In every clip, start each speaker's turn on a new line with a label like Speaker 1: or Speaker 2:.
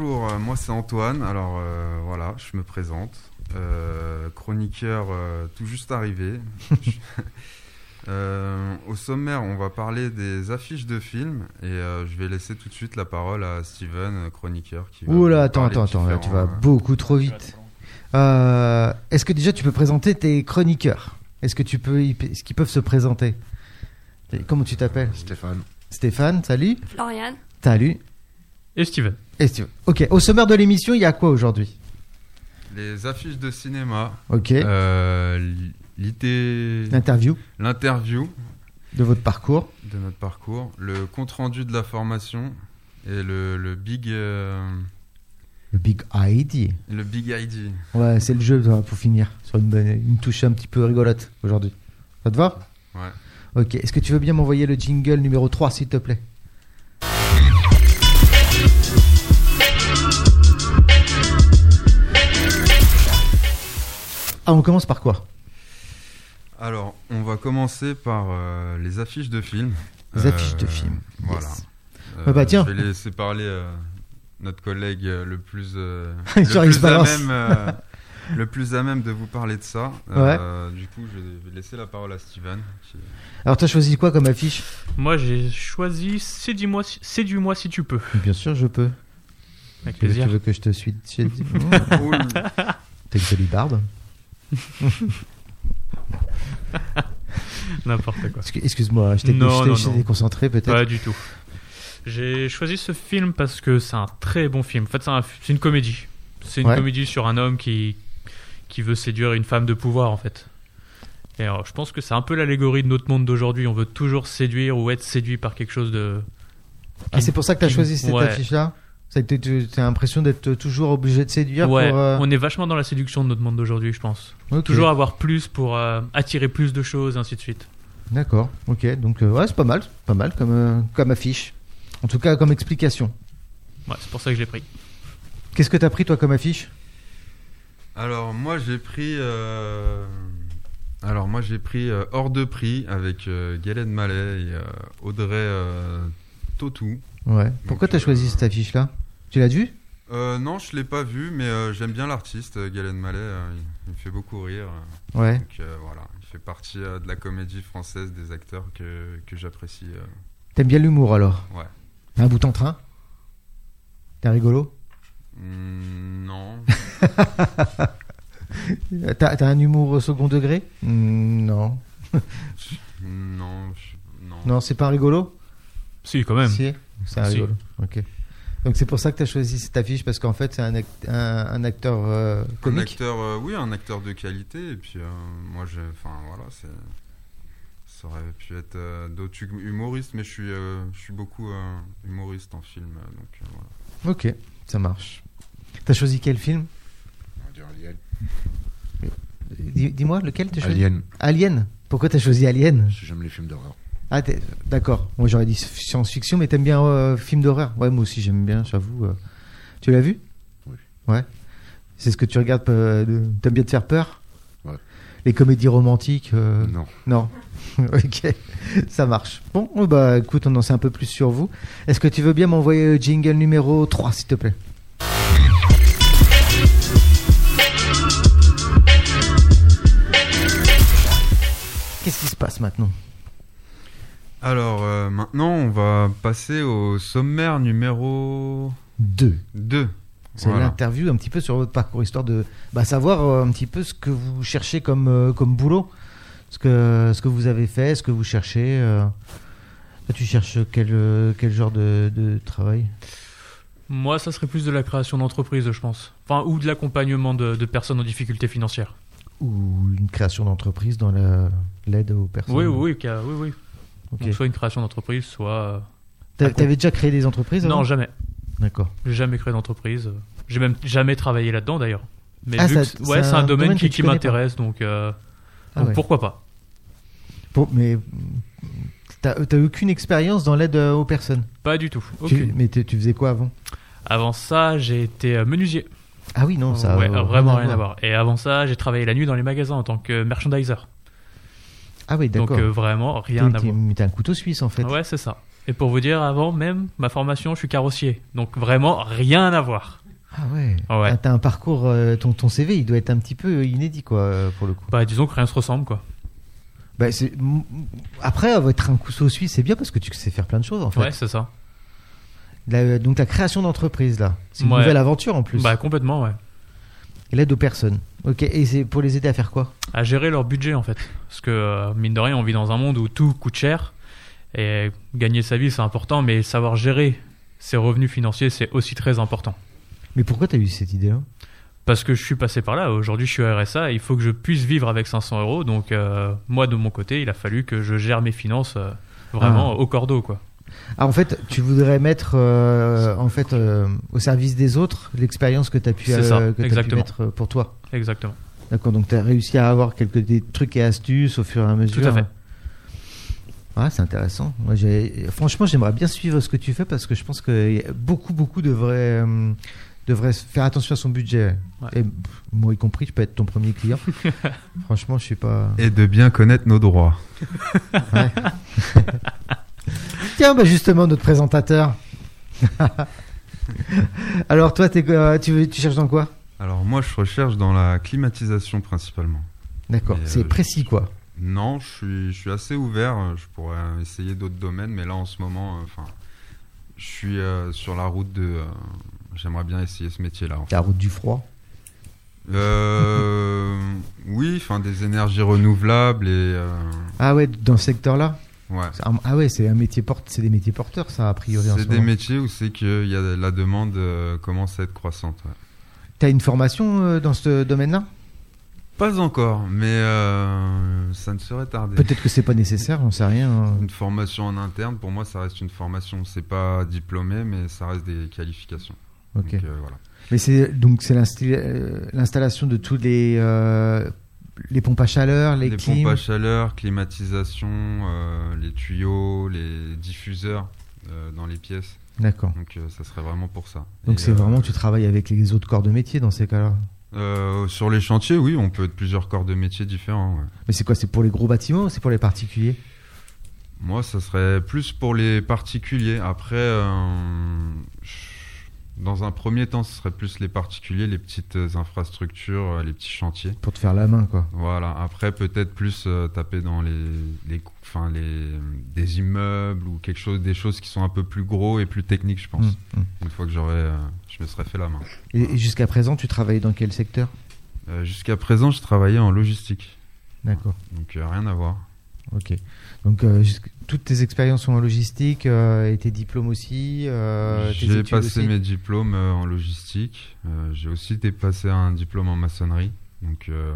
Speaker 1: euh, moi c'est Antoine. Alors euh, voilà, je me présente. Euh, chroniqueur euh, tout juste arrivé. Euh, au sommaire, on va parler des affiches de films et euh, je vais laisser tout de suite la parole à Steven, euh, chroniqueur. Qui va
Speaker 2: Ouh là,
Speaker 1: nous
Speaker 2: attends,
Speaker 1: parler hein.
Speaker 2: attends, attends, là, tu vas
Speaker 1: différents,
Speaker 2: beaucoup trop vite. Euh, Est-ce que déjà tu peux présenter tes chroniqueurs Est-ce que tu peux, est-ce qu'ils peuvent se présenter Comment tu t'appelles
Speaker 3: Stéphane.
Speaker 2: Stéphane, salut.
Speaker 4: Florian,
Speaker 2: Salut.
Speaker 5: Et Steven.
Speaker 2: Et Steve. Ok, au sommaire de l'émission, il y a quoi aujourd'hui
Speaker 1: Les affiches de cinéma,
Speaker 2: Ok,
Speaker 1: euh, l- l'ité-
Speaker 2: l'interview
Speaker 1: l'interview
Speaker 2: de votre parcours.
Speaker 1: de notre parcours, le compte rendu de la formation et le, le big euh,
Speaker 2: Le Big ID.
Speaker 1: le big ID.
Speaker 2: Ouais, c'est le jeu ça, pour finir sur une, bonne- une touche un petit peu rigolote aujourd'hui. Ça te va
Speaker 1: Ouais.
Speaker 2: Ok, est-ce que tu veux bien m'envoyer le jingle numéro 3 s'il te plaît Ah, on commence par quoi
Speaker 1: Alors, on va commencer par euh, les affiches de films.
Speaker 2: Les
Speaker 1: Euh,
Speaker 2: affiches de films.
Speaker 1: Voilà.
Speaker 2: Yes.
Speaker 1: Euh,
Speaker 2: Ah bah tiens.
Speaker 1: Je vais laisser parler euh, notre collègue euh, le plus, euh,
Speaker 2: Genre,
Speaker 1: le
Speaker 2: il se
Speaker 1: plus à
Speaker 2: balance.
Speaker 1: même, euh, le plus à même de vous parler de ça. Euh, du coup, je vais laisser la parole à Steven. qui-
Speaker 2: Alors, t'as choisi quoi comme affiche
Speaker 5: Moi, j'ai choisi Séduis-moi si- Séduis-moi si tu peux.
Speaker 2: Bien sûr, je peux.
Speaker 5: Avec
Speaker 2: Tu veux,
Speaker 5: plaisir.
Speaker 2: que je te suive
Speaker 1: Oul.
Speaker 2: T'as une jolie barbe.
Speaker 5: N'importe quoi.
Speaker 2: Excu- Excuse-moi, je t'ai
Speaker 5: Non,
Speaker 2: je t'ai-
Speaker 5: non,
Speaker 2: je t'ai
Speaker 5: non.
Speaker 2: déconcentré peut-être.
Speaker 5: Pas du tout. J'ai choisi ce film parce que c'est un très bon film. En fait, c'est un- c'est une comédie. C'est une
Speaker 2: Ouais.
Speaker 5: comédie sur un homme qui, qui veut séduire une femme de pouvoir, en fait. Et alors, je pense que c'est un peu l'allégorie de notre monde d'aujourd'hui. On veut toujours séduire ou être séduit par quelque chose de.
Speaker 2: Ah, c'est pour ça que t'as
Speaker 5: Kim.
Speaker 2: choisi cette
Speaker 5: Ouais.
Speaker 2: affiche-là C'est que t'es- t'as l'impression d'être euh, toujours obligé de séduire
Speaker 5: ouais,
Speaker 2: pour. euh,
Speaker 5: on est vachement dans la séduction de notre monde d'aujourd'hui, je pense.
Speaker 2: ok.
Speaker 5: Toujours avoir plus pour euh, attirer plus de choses, ainsi de suite.
Speaker 2: D'accord, ok. Donc, euh, ouais, c'est pas mal. c'est Pas mal comme, euh, comme affiche. En tout cas, comme explication.
Speaker 5: Ouais, c'est pour ça que je l'ai pris.
Speaker 2: Qu'est-ce que t'as pris, toi, comme affiche
Speaker 1: Alors moi j'ai pris. euh, Alors moi j'ai pris euh, hors de prix avec euh, Galen Mallet et euh, Audrey euh, Totou.
Speaker 2: Ouais. Pourquoi
Speaker 1: Donc,
Speaker 2: t'as
Speaker 1: euh,
Speaker 2: choisi cette affiche-là Tu l'as vue
Speaker 1: Euh, non, je l'ai pas vu, mais euh, j'aime bien l'artiste euh, Galen Mallet. euh, il, il me fait beaucoup rire.
Speaker 2: Ouais.
Speaker 1: Donc euh, voilà, il fait partie euh, de la comédie française des acteurs que, que j'apprécie. euh,
Speaker 2: T'aimes bien l'humour alors
Speaker 1: Ouais.
Speaker 2: Un bout en train T'es rigolo
Speaker 1: Mm, non.
Speaker 2: Euh, T'as t'as un humour au second degré Hmm, Non.
Speaker 1: non, je- non.
Speaker 2: Non, c'est pas rigolo
Speaker 5: Si, quand même.
Speaker 2: Si, c'est un
Speaker 5: Si.
Speaker 2: rigolo. Ok. Donc, c'est pour ça que t'as choisi cette affiche parce qu'en fait, c'est un, act- un- un acteur euh,
Speaker 1: Un
Speaker 2: comique.
Speaker 1: acteur, euh, oui, un acteur de qualité. Et puis, euh, moi, je, enfin, voilà, c'est, ça aurait pu être euh, d'autres hum- humoristes, mais je suis, euh, je suis beaucoup euh, humoriste en film, euh, donc euh, voilà.
Speaker 2: Ok, ça marche. T'as choisi quel film
Speaker 3: On dit Alien.
Speaker 2: Dis- Dis-moi lequel t'as choisi
Speaker 3: Alien.
Speaker 2: Alien. Pourquoi t'as choisi Alien
Speaker 3: Parce que J'aime les films d'horreur.
Speaker 2: Ah, t'es- d'accord. Moi j'aurais dit science-fiction, mais t'aimes bien euh, film d'horreur Ouais, moi aussi j'aime bien, j'avoue. euh. Tu l'as vu
Speaker 3: Oui.
Speaker 2: Ouais. C'est ce que tu regardes euh, de- T'aimes bien te faire peur
Speaker 3: Ouais.
Speaker 2: Les comédies romantiques euh,
Speaker 3: Non.
Speaker 2: Non. ok, ça marche. Bon, oh, bah écoute, on en sait un peu plus sur vous. Est-ce que tu veux bien m'envoyer le jingle numéro 3, s'il te plaît Qu'est-ce qui se passe maintenant
Speaker 1: Alors euh, maintenant, on va passer au sommaire numéro
Speaker 2: 2.
Speaker 1: 2.
Speaker 2: C'est l'interview un petit peu sur votre parcours, histoire de bah, savoir euh, un petit peu ce que vous cherchez comme, euh, comme boulot, ce que, ce que vous avez fait, ce que vous cherchez. euh. Toi, tu cherches quel, euh, quel genre de, de travail
Speaker 5: Moi, ça serait plus de la création d'entreprise, je pense. Enfin, ou de l'accompagnement de, de personnes en difficulté financière.
Speaker 2: ou une création d'entreprise dans la- l'aide aux personnes.
Speaker 5: Oui, oui, oui, qu'à- oui, oui.
Speaker 2: Ok.
Speaker 5: Donc, soit une création d'entreprise, soit. euh,
Speaker 2: T'a- T'avais déjà créé des entreprises avant
Speaker 5: Non, jamais.
Speaker 2: D'accord.
Speaker 5: J'ai jamais créé d'entreprise. J'ai même jamais travaillé là-dedans, d'ailleurs. Mais
Speaker 2: Ah,
Speaker 5: vu
Speaker 2: ça-
Speaker 5: que c'est- ouais, c'est un, domaine,
Speaker 2: que
Speaker 5: qui,
Speaker 2: tu
Speaker 5: qui
Speaker 2: connais
Speaker 5: m'intéresse, donc, euh,
Speaker 2: Ah
Speaker 5: donc
Speaker 2: ouais.
Speaker 5: pourquoi pas
Speaker 2: Bon, mais mm, t'as t'as aucune expérience dans l'aide euh, aux personnes.
Speaker 5: Pas du tout.
Speaker 2: Tu-
Speaker 5: Aucune.
Speaker 2: mais t'es- tu faisais quoi avant
Speaker 5: Avant ça, j'ai été euh, menuisier.
Speaker 2: Ah oui, non, ça.
Speaker 5: ouais,
Speaker 2: a
Speaker 5: vraiment rien à voir. Et avant ça, j'ai travaillé la nuit dans les magasins en tant que merchandiser.
Speaker 2: Ah oui,
Speaker 5: Donc
Speaker 2: d'accord.
Speaker 5: euh, vraiment rien
Speaker 2: T'es-
Speaker 5: à
Speaker 2: t'es-
Speaker 5: voir.
Speaker 2: mais T'es un couteau suisse en fait.
Speaker 5: Ouais, c'est ça. Et pour vous dire, avant même ma formation, je suis carrossier. Donc vraiment rien à voir.
Speaker 2: Ah ouais.
Speaker 5: Ah ouais.
Speaker 2: Ah, T'as un parcours, euh, ton, ton CV, il doit être un petit peu inédit, quoi, euh, pour le coup.
Speaker 5: Bah, disons que rien se ressemble, quoi.
Speaker 2: Bah, c'est- m- Après, euh, être un couteau suisse, c'est bien parce que tu sais faire plein de choses, en fait.
Speaker 5: Ouais, c'est ça.
Speaker 2: La- donc, la création d'entreprise, là, c'est une
Speaker 5: Ouais.
Speaker 2: nouvelle aventure, en plus.
Speaker 5: Bah, complètement, ouais.
Speaker 2: Et L'aide aux personnes. Ok, et c'est pour les aider à faire quoi
Speaker 5: à gérer leur budget en fait. Parce que euh, mine de rien, on vit dans un monde où tout coûte cher et gagner sa vie c'est important, mais savoir gérer ses revenus financiers c'est aussi très important.
Speaker 2: Mais pourquoi t'as eu cette hein idée-là
Speaker 5: Parce que je suis passé par là, aujourd'hui je suis au RSA et il faut que je puisse vivre avec 500 euros, donc euh, moi de mon côté il a fallu que je gère mes finances euh, vraiment au cordeau quoi.
Speaker 2: Ah, en fait, tu voudrais mettre euh, en fait, euh, au service des autres l'expérience que t'as pu,
Speaker 5: C'est ça,
Speaker 2: euh, que t'as pu
Speaker 5: exactement.
Speaker 2: mettre euh, pour toi.
Speaker 5: Exactement.
Speaker 2: D'accord, donc t'as réussi à avoir quelques des trucs et astuces au fur et à mesure.
Speaker 5: Tout à fait.
Speaker 2: Ouais, Ah, c'est intéressant. Moi, j'ai- franchement, j'aimerais bien suivre ce que tu fais parce que je pense que y a beaucoup, beaucoup devraient, euh, devraient faire attention à son budget.
Speaker 5: Ouais.
Speaker 2: Et pff, moi y compris, je peux être ton premier client. franchement, je suis pas.
Speaker 1: Et de bien connaître nos droits.
Speaker 2: Tiens, bah justement, notre présentateur. Alors, toi, t'es, euh, tu, veux- tu cherches dans quoi
Speaker 1: Alors moi, je recherche dans la climatisation principalement.
Speaker 2: D'accord,
Speaker 1: Mais,
Speaker 2: c'est
Speaker 1: euh,
Speaker 2: précis quoi.
Speaker 1: Non, je suis, je suis assez ouvert. euh, Je pourrais essayer d'autres domaines, mais là en ce moment, euh, enfin, je suis euh, sur la route de. euh, J'aimerais bien essayer ce métier-là. en fait.
Speaker 2: La route du froid.
Speaker 1: Euh, oui, enfin des énergies renouvelables et euh,
Speaker 2: Ah ouais, dans ce secteur-là
Speaker 1: ouais.
Speaker 2: C'est un- Ah ouais, c'est un métier porte, c'est des métiers porteurs, ça a priori. en ce
Speaker 1: C'est des
Speaker 2: moment.
Speaker 1: métiers où c'est que il y a, la demande euh, commence à être croissante. ouais.
Speaker 2: T'as une formation euh, dans ce domaine-là
Speaker 1: Pas encore, mais euh, ça ne serait tardé.
Speaker 2: Peut-être que c'est pas nécessaire, j'en sais rien. hein.
Speaker 1: Une formation en interne, pour moi, ça reste une formation. C'est pas diplômé, mais ça reste des qualifications.
Speaker 2: Ok.
Speaker 1: Donc, euh, voilà.
Speaker 2: Mais c'est donc c'est l'insti- euh, l'installation de tous les euh, les pompes à chaleur, les,
Speaker 1: Les
Speaker 2: clims.
Speaker 1: pompes à chaleur, climatisation, euh, les tuyaux, les diffuseurs euh, dans les pièces.
Speaker 2: D'accord.
Speaker 1: Donc euh, ça serait vraiment pour ça.
Speaker 2: Donc
Speaker 1: Et,
Speaker 2: c'est
Speaker 1: euh,
Speaker 2: vraiment tu travailles avec les autres corps de métier dans ces cas-là.
Speaker 1: euh, sur les chantiers, oui, on peut être plusieurs corps de métiers différents. ouais.
Speaker 2: Mais c'est quoi C'est pour les gros bâtiments ou c'est pour les particuliers
Speaker 1: Moi, ça serait plus pour les particuliers. Après, euh, je- dans un premier temps, ce serait plus les particuliers, les petites infrastructures, euh, les petits chantiers.
Speaker 2: Pour te faire la main quoi.
Speaker 1: Voilà, après peut-être plus euh, taper dans les, les, cou- enfin, les, euh, des immeubles ou quelque chose, des choses qui sont un peu plus gros et plus techniques, je pense.
Speaker 2: Mm, mm.
Speaker 1: Une fois que j'aurais, euh, je me serais fait la main.
Speaker 2: Et, et jusqu'à présent, tu travaillais dans quel secteur
Speaker 1: Euh, Jusqu'à présent, je travaillais en logistique,
Speaker 2: D'accord.
Speaker 1: donc euh, rien à voir.
Speaker 2: Ok. Donc euh, jusqu- toutes tes expériences sont en logistique euh, et tes diplômes aussi. euh, tes
Speaker 1: j'ai
Speaker 2: études
Speaker 1: passé
Speaker 2: aussi
Speaker 1: mes diplômes euh, en logistique. Euh, j'ai aussi dé- passé un diplôme en maçonnerie, donc euh,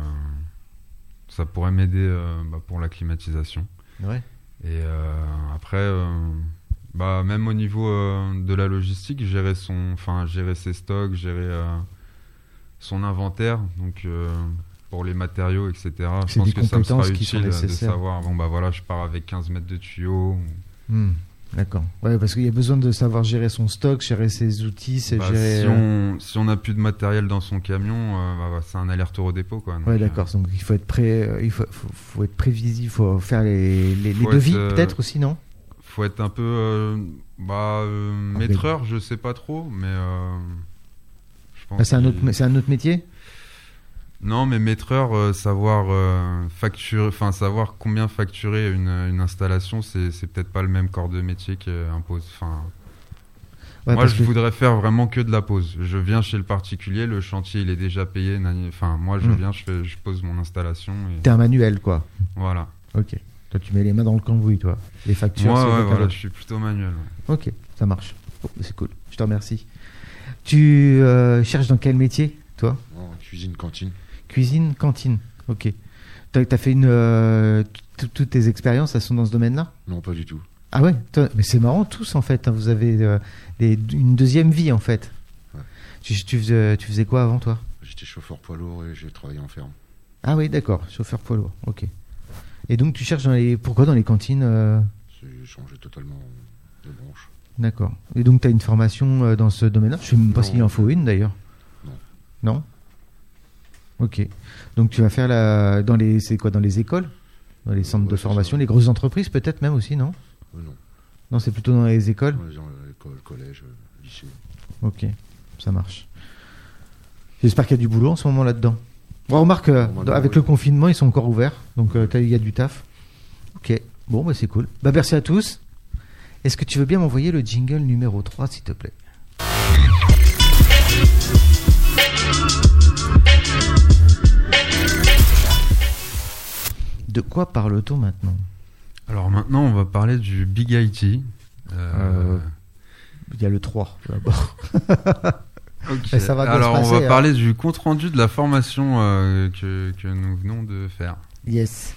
Speaker 1: ça pourrait m'aider euh, bah, pour la climatisation.
Speaker 2: Ouais.
Speaker 1: Et euh, après, euh, bah, même au niveau euh, de la logistique, gérer, son, enfin, gérer ses stocks, gérer euh, son inventaire, donc euh, pour les matériaux, etc. Je
Speaker 2: C'est
Speaker 1: pense
Speaker 2: des
Speaker 1: que ça me sera
Speaker 2: compétences qui sont
Speaker 1: utile de
Speaker 2: nécessaires.
Speaker 1: savoir, bon bah voilà, je pars avec 15 mètres de tuyaux.
Speaker 2: Hmm, D'accord. Ouais, parce qu'il y a besoin de savoir gérer son stock, gérer ses outils, c'est
Speaker 1: Bah,
Speaker 2: gérer.
Speaker 1: si
Speaker 2: euh,
Speaker 1: on si on n'a plus de matériel dans son camion, euh, bah, bah, c'est un aller-retour au dépôt. Quoi. Donc,
Speaker 2: Ouais,
Speaker 1: euh,
Speaker 2: d'accord. Donc il faut être prêt, euh, il faut, faut, faut être prévisible, il faut faire les, les, les
Speaker 1: Faut
Speaker 2: devis
Speaker 1: être, euh,
Speaker 2: peut-être aussi, non
Speaker 1: faut être un peu euh, bah, euh, maîtreur, je sais pas trop, mais euh, je pense
Speaker 2: Bah, C'est un autre,
Speaker 1: qu'il-
Speaker 2: c'est un autre métier.
Speaker 1: Non, mais maîtreur, euh, savoir euh, facturer, enfin savoir combien facturer une, une installation, c'est c'est peut-être pas le même corps de métier qui euh, impose. Enfin,
Speaker 2: Ouais,
Speaker 1: moi,
Speaker 2: parce
Speaker 1: je
Speaker 2: que-
Speaker 1: voudrais faire vraiment que de la pose. Je viens chez le particulier, le chantier il est déjà payé. nani- Enfin, moi, je
Speaker 2: Mm.
Speaker 1: viens, je, fais- je pose mon installation et
Speaker 2: T'es un manuel, quoi.
Speaker 1: voilà.
Speaker 2: Ok. Toi, tu mets les mains dans le cambouis, toi. Les factures.
Speaker 1: Moi,
Speaker 2: c'est
Speaker 1: ouais,
Speaker 2: toi qui
Speaker 1: voilà,
Speaker 2: as-
Speaker 1: je suis plutôt manuel. ouais.
Speaker 2: Ok, ça marche. Bon, bah, c'est cool. Je te remercie. Tu euh, cherches dans quel métier, toi
Speaker 3: En cuisine, cantine.
Speaker 2: Cuisine, cantine. Ok. T'as as fait une. euh, tout- Toutes tes expériences, elles sont dans ce domaine-là
Speaker 3: Non, pas du tout.
Speaker 2: Ah ouais toi- Mais c'est marrant, tous, en fait. hein, vous avez euh, des- une deuxième vie, en fait.
Speaker 3: Ouais.
Speaker 2: Tu, tu faisais, tu faisais quoi avant, toi
Speaker 3: J'étais chauffeur poids lourd et j'ai travaillé en ferme.
Speaker 2: Ah oui, d'accord. Chauffeur poids lourd. Ok. Et donc, tu cherches dans les. Pourquoi dans les cantines euh,
Speaker 3: J'ai changé totalement de branche.
Speaker 2: D'accord. Et donc, tu as une formation euh, dans ce domaine-là Je ne sais même pas
Speaker 3: Non.
Speaker 2: s'il en faut une d'ailleurs.
Speaker 3: Non.
Speaker 2: Non Ok. Donc, tu vas faire la... dans, les... c'est quoi, dans les écoles Dans les centres
Speaker 3: Ouais,
Speaker 2: de
Speaker 3: c'est
Speaker 2: formation
Speaker 3: ça.
Speaker 2: Les grosses entreprises, peut-être même aussi, non
Speaker 3: Euh, non,
Speaker 2: Non, c'est plutôt dans les écoles
Speaker 3: euh, dans les- dans l'école, collège, euh, lycée.
Speaker 2: Ok. Ça marche. J'espère qu'il y a du boulot en ce moment là-dedans. Bon, remarque, euh,
Speaker 3: Normalement,
Speaker 2: dans- avec
Speaker 3: oui.
Speaker 2: le confinement, ils sont encore ouverts, donc euh, t'as- il y a du taf. Ok, bon, bah, c'est cool. Bah, merci à tous. Est-ce que tu veux bien m'envoyer le jingle numéro 3, s'il te plaît De quoi parle-t-on maintenant
Speaker 1: Alors maintenant, on va parler du Big IT.
Speaker 2: Euh, Il y a le 3 d'abord.
Speaker 1: ok.
Speaker 2: mais Euh, ça va bien
Speaker 1: Alors,
Speaker 2: se
Speaker 1: on
Speaker 2: passer,
Speaker 1: va
Speaker 2: hein.
Speaker 1: parler du compte rendu de la formation euh, que, que nous venons de faire.
Speaker 2: Yes.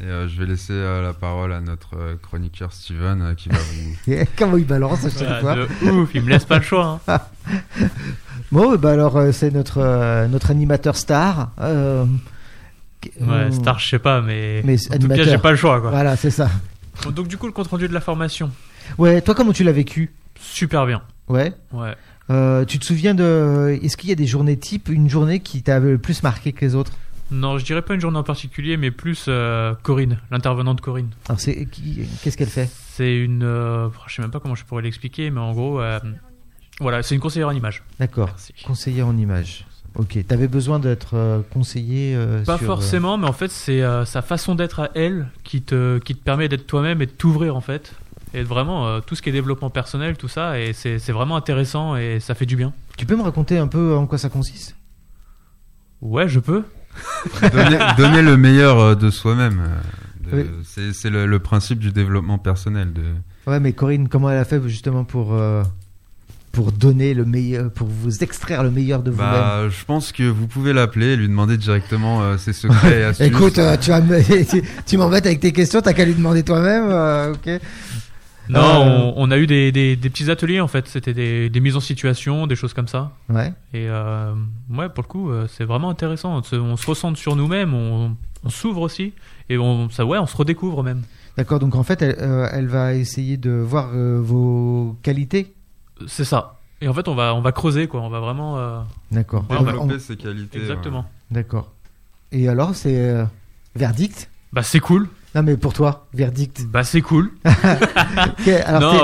Speaker 1: Et euh, je vais laisser euh, la parole à notre euh, chroniqueur Steven euh, qui va vous.
Speaker 2: Et Comment il balance à chaque
Speaker 5: Voilà,
Speaker 2: fois
Speaker 5: Bah, Ah, de ouf, il me laisse pas le choix.
Speaker 2: Ah,
Speaker 5: hein.
Speaker 2: Bon, bah alors euh, c'est notre, euh, notre animateur star. euh, qui- euh,
Speaker 5: Ouais, Star, je sais pas, mais,
Speaker 2: Mais
Speaker 5: en tout cas,
Speaker 2: animateur.
Speaker 5: j'ai pas le choix. Quoi.
Speaker 2: Voilà, c'est ça.
Speaker 5: Bon, Donc, du coup, le compte rendu de la formation,
Speaker 2: Ouais, toi comment tu l'as vécu
Speaker 5: super bien.
Speaker 2: Ouais.
Speaker 5: Ouais.
Speaker 2: Euh, tu te souviens de. Est-ce qu'il y a des journées types, une journée qui t'a le plus marqué que les autres
Speaker 5: Non, je dirais pas une journée en particulier, mais plus euh, Corinne, l'intervenante Corinne.
Speaker 2: Alors c'est qui- qu'est-ce qu'elle fait
Speaker 5: C'est une. euh, je sais même pas comment je pourrais l'expliquer, mais en gros, euh, voilà, c'est une conseillère en images.
Speaker 2: D'accord.
Speaker 5: Merci.
Speaker 2: Conseiller en images. Ok. T'avais besoin d'être euh, conseiller. euh,
Speaker 5: Pas
Speaker 2: sur, euh,
Speaker 5: forcément, mais en fait, c'est euh, sa façon d'être à elle qui te, qui te permet d'être toi-même et de t'ouvrir, en fait. Et vraiment, euh, tout ce qui est développement personnel, tout ça, et c'est c'est vraiment intéressant et ça fait du bien.
Speaker 2: Tu peux me raconter un peu en quoi ça consiste
Speaker 5: Ouais, je peux.
Speaker 1: donner, donner le meilleur euh, de soi-même. euh, de-
Speaker 2: Oui.
Speaker 1: C'est c'est le, le principe du développement personnel. De...
Speaker 2: Ouais, mais Corinne, comment elle a fait justement pour euh, pour donner le meilleur, pour vous extraire le meilleur de vous-même
Speaker 1: Bah, je pense que vous pouvez l'appeler et lui demander directement euh, ses secrets et astuces.
Speaker 2: Écoute, euh, tu, vas me- tu, tu m'embêtes avec tes questions, t'as qu'à lui demander toi-même, euh, ok
Speaker 5: Non,
Speaker 2: Euh.
Speaker 5: on, on a eu des, des- des petits ateliers, en fait. C'était des, des mises en situation, des choses comme ça.
Speaker 2: Ouais.
Speaker 5: Et euh, ouais, pour le coup, euh, c'est vraiment intéressant. On se, on se ressente sur nous-mêmes, on, on s'ouvre aussi. Et on, ça, ouais, on se redécouvre même.
Speaker 2: D'accord, donc en fait, elle, euh, elle va essayer de voir euh, vos qualités.
Speaker 5: C'est ça. Et en fait, on va, on va creuser, quoi. On va vraiment. euh,
Speaker 2: D'accord.
Speaker 5: Ouais,
Speaker 2: On-
Speaker 1: développer
Speaker 2: on-
Speaker 1: ses qualités.
Speaker 5: Exactement.
Speaker 2: D'accord. Et alors, c'est euh, verdict
Speaker 5: Bah, c'est cool.
Speaker 2: Non, mais pour toi, verdict.
Speaker 5: Bah, c'est cool.
Speaker 2: Ok, alors,
Speaker 5: non,
Speaker 2: Ah, tes,